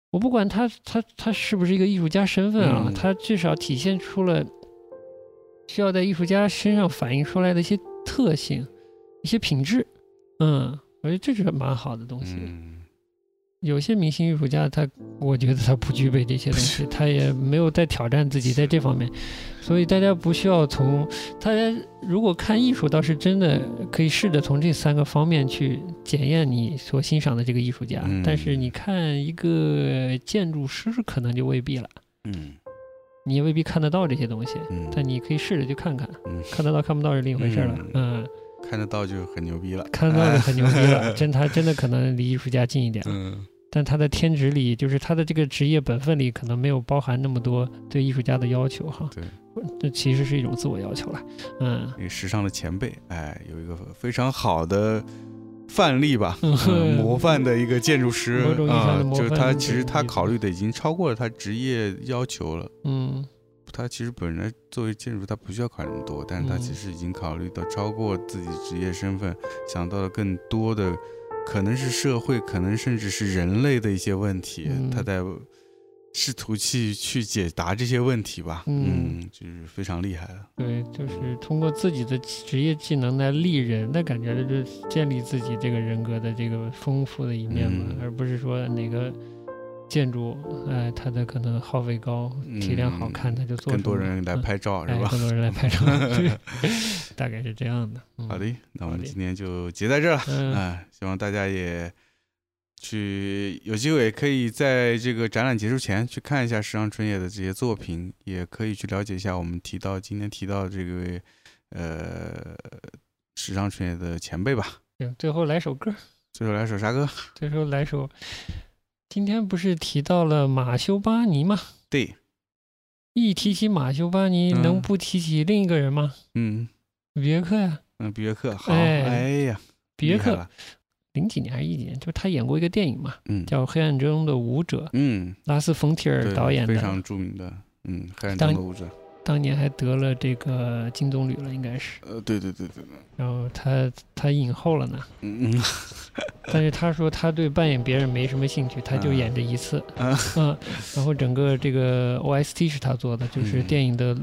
[SPEAKER 2] 我不管他他他是不是一个艺术家身份啊，
[SPEAKER 1] 嗯
[SPEAKER 2] 他至少体现出了需要在艺术家身上反映出来的一些特性、一些品质。嗯，我觉得这是蛮好的东西。
[SPEAKER 1] 嗯
[SPEAKER 2] 有些明星艺术家他，我觉得他不具备这些 东西，他也没有在挑战自己在这方面，所以大家不需要从大家如果看艺术，倒是真的可以试着从这三个方面去检验你所欣赏的这个艺术家，
[SPEAKER 1] 嗯
[SPEAKER 2] 但是你看一个建筑师可能就未必了，
[SPEAKER 1] 嗯
[SPEAKER 2] 你也未必看得到这些东西，
[SPEAKER 1] 嗯，
[SPEAKER 2] 但你可以试着去看看，
[SPEAKER 1] 嗯
[SPEAKER 2] 看得到看不到是另一回事了，嗯，
[SPEAKER 1] 看得到就很牛逼了，哎
[SPEAKER 2] 看得到就很牛逼 了，真他真的可能离艺术家近一点。
[SPEAKER 1] 嗯
[SPEAKER 2] 但他的天职里，就是他的这个职业本分里，可能没有包含那么多对艺术家的要求哈。
[SPEAKER 1] 对，
[SPEAKER 2] 这其实是一种自我要求了。嗯，
[SPEAKER 1] 那个时尚的前辈，哎，有一个非常好的范例吧，
[SPEAKER 2] 嗯
[SPEAKER 1] 嗯模范的一个建筑师
[SPEAKER 2] 某种意义上
[SPEAKER 1] 啊
[SPEAKER 2] 的，模
[SPEAKER 1] 就是
[SPEAKER 2] 范
[SPEAKER 1] 他
[SPEAKER 2] 对
[SPEAKER 1] 其实他
[SPEAKER 2] 对
[SPEAKER 1] 考虑的已经超过了他职业要求了。
[SPEAKER 2] 嗯
[SPEAKER 1] 他其实本来作为建筑，他不需要考虑那么多，但是他
[SPEAKER 2] 嗯
[SPEAKER 1] 其实已经考虑到超过自己职业身份，想到了更多的，可能是社会，可能甚至是人类的一些问题，
[SPEAKER 2] 嗯
[SPEAKER 1] 他在试图去去解答这些问题吧。
[SPEAKER 2] 嗯
[SPEAKER 1] 嗯，就是非常厉害了。
[SPEAKER 2] 对，就是通过自己的职业技能来立人，那感觉就是建立自己这个人格的这个丰富的一面嘛，
[SPEAKER 1] 嗯
[SPEAKER 2] 而不是说哪个建筑，哎，它的可能耗费高、体量好看，
[SPEAKER 1] 嗯
[SPEAKER 2] 它就做
[SPEAKER 1] 更多
[SPEAKER 2] 出来
[SPEAKER 1] 人来
[SPEAKER 2] 嗯
[SPEAKER 1] 拍照是
[SPEAKER 2] 哎，
[SPEAKER 1] 吧？
[SPEAKER 2] 更多人来拍 照，对大概是这样的。嗯
[SPEAKER 1] 好的，那我啊
[SPEAKER 2] 好
[SPEAKER 1] 们
[SPEAKER 2] 的
[SPEAKER 1] 今天就结在这儿了。
[SPEAKER 2] 嗯，
[SPEAKER 1] 哎，希望大家也去有机会也可以在这个展览结束前去看一下时尚春野的这些作品，也可以去了解一下我们提到今天提到的这个呃时尚春野的前辈吧。
[SPEAKER 2] 行，最后来首歌，
[SPEAKER 1] 最后来首啥歌？
[SPEAKER 2] 最后来首。今天不是提到了马修巴尼吗？
[SPEAKER 1] 对，
[SPEAKER 2] 一提起马修巴尼，
[SPEAKER 1] 嗯
[SPEAKER 2] 能不提起另一个人吗？
[SPEAKER 1] 嗯
[SPEAKER 2] 别克呀，
[SPEAKER 1] 嗯，别克，好，
[SPEAKER 2] 哎
[SPEAKER 1] 哎呀，
[SPEAKER 2] 别
[SPEAKER 1] 厉害
[SPEAKER 2] 克
[SPEAKER 1] 了，
[SPEAKER 2] 零几年还是一几年？就是他演过一个电影嘛，
[SPEAKER 1] 嗯
[SPEAKER 2] 叫《黑暗中的舞者》，
[SPEAKER 1] 嗯，
[SPEAKER 2] 拉斯冯提尔
[SPEAKER 1] 对
[SPEAKER 2] 导演
[SPEAKER 1] 非
[SPEAKER 2] 的，
[SPEAKER 1] 常著名的，嗯，黑暗
[SPEAKER 2] 当
[SPEAKER 1] 中的舞者，
[SPEAKER 2] 当年还得了这个金棕榈了，应该是。
[SPEAKER 1] 呃，对对对对，对
[SPEAKER 2] 然后他他影后了呢，
[SPEAKER 1] 嗯嗯，
[SPEAKER 2] 但是他说他对扮演别人没什么兴 趣，他就
[SPEAKER 1] 啊
[SPEAKER 2] 演这一次。
[SPEAKER 1] 啊
[SPEAKER 2] 嗯，然后整个这个 OST 是他做的，就是
[SPEAKER 1] 嗯
[SPEAKER 2] 电影的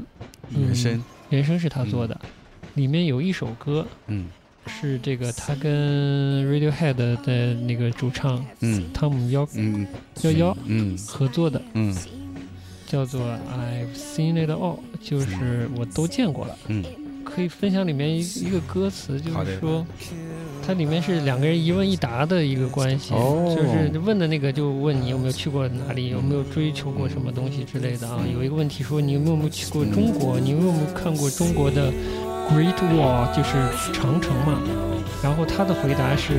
[SPEAKER 2] 嗯
[SPEAKER 1] 原声，
[SPEAKER 2] 原声是他做的，里面有一首歌
[SPEAKER 1] 嗯
[SPEAKER 2] 是这个他跟 Radiohead 的那个主唱
[SPEAKER 1] 嗯
[SPEAKER 2] 汤姆腰
[SPEAKER 1] 嗯
[SPEAKER 2] 幺幺
[SPEAKER 1] 嗯
[SPEAKER 2] 合作的，
[SPEAKER 1] 嗯
[SPEAKER 2] 叫做 I've Seen It All，就是我都见过了。
[SPEAKER 1] 嗯，
[SPEAKER 2] 可以分享里面一一个歌词，就
[SPEAKER 1] 好
[SPEAKER 2] 是
[SPEAKER 1] 的
[SPEAKER 2] 说，它里面是两个人一问一答的一个关系，
[SPEAKER 1] 哦
[SPEAKER 2] 就是问的那个就问你有没有去过哪里，有没有追求过什么东西之类的啊。有一个问题说你有没有去过中国，你有没有看过中国的 Great Wall，就是长城嘛。然后他的回答是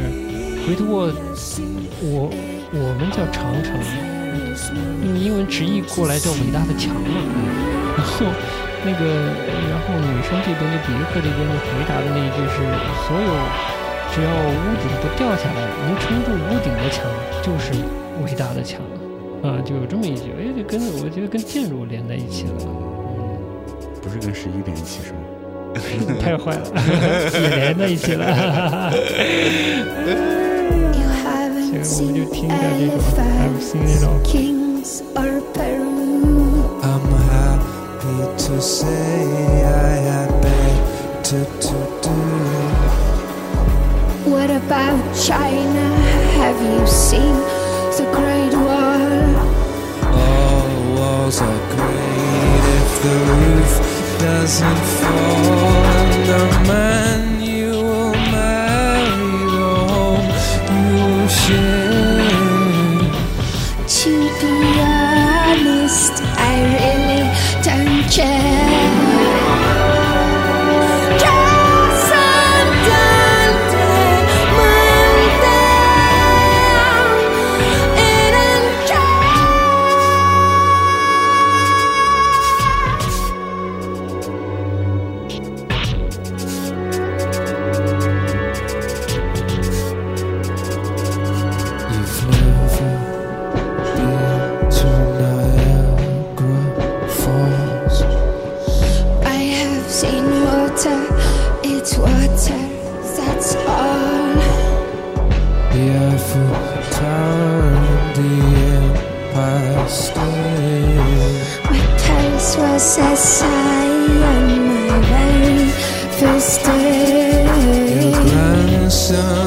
[SPEAKER 2] Great Wall，我我们叫长城，用英文直译过来叫伟大的墙嘛。然后那个，然后女生这边就比约克这边就回答的那一句是：所有只要屋顶不掉下来，能撑住屋顶的墙就是伟大的墙。啊，就有这么一句，哎，这跟我觉得跟建筑连在一起了，
[SPEAKER 1] 不是跟十一连一起是吗？
[SPEAKER 2] 太坏了， 也连在一起了。
[SPEAKER 3] You haven't
[SPEAKER 2] 行，我们
[SPEAKER 3] seen
[SPEAKER 2] 就听一下这个 I've seen it all。
[SPEAKER 3] kings or Peru.
[SPEAKER 4] I'm happy to say I had better to do.
[SPEAKER 3] What about China? Have you seen the Great Wall?
[SPEAKER 4] All walls are great if the roof doesn't fall. And the man you will marry, the home you will share.
[SPEAKER 3] To be honest, I really don't care. Casa Dante, Monte, it ain't just-
[SPEAKER 4] You've never been to Niagara Falls.
[SPEAKER 3] I have seen water, it's water, that's all.
[SPEAKER 4] The Eiffel Tower and the Empire State.
[SPEAKER 3] My palace was a sign on my very first day.
[SPEAKER 4] Your grandson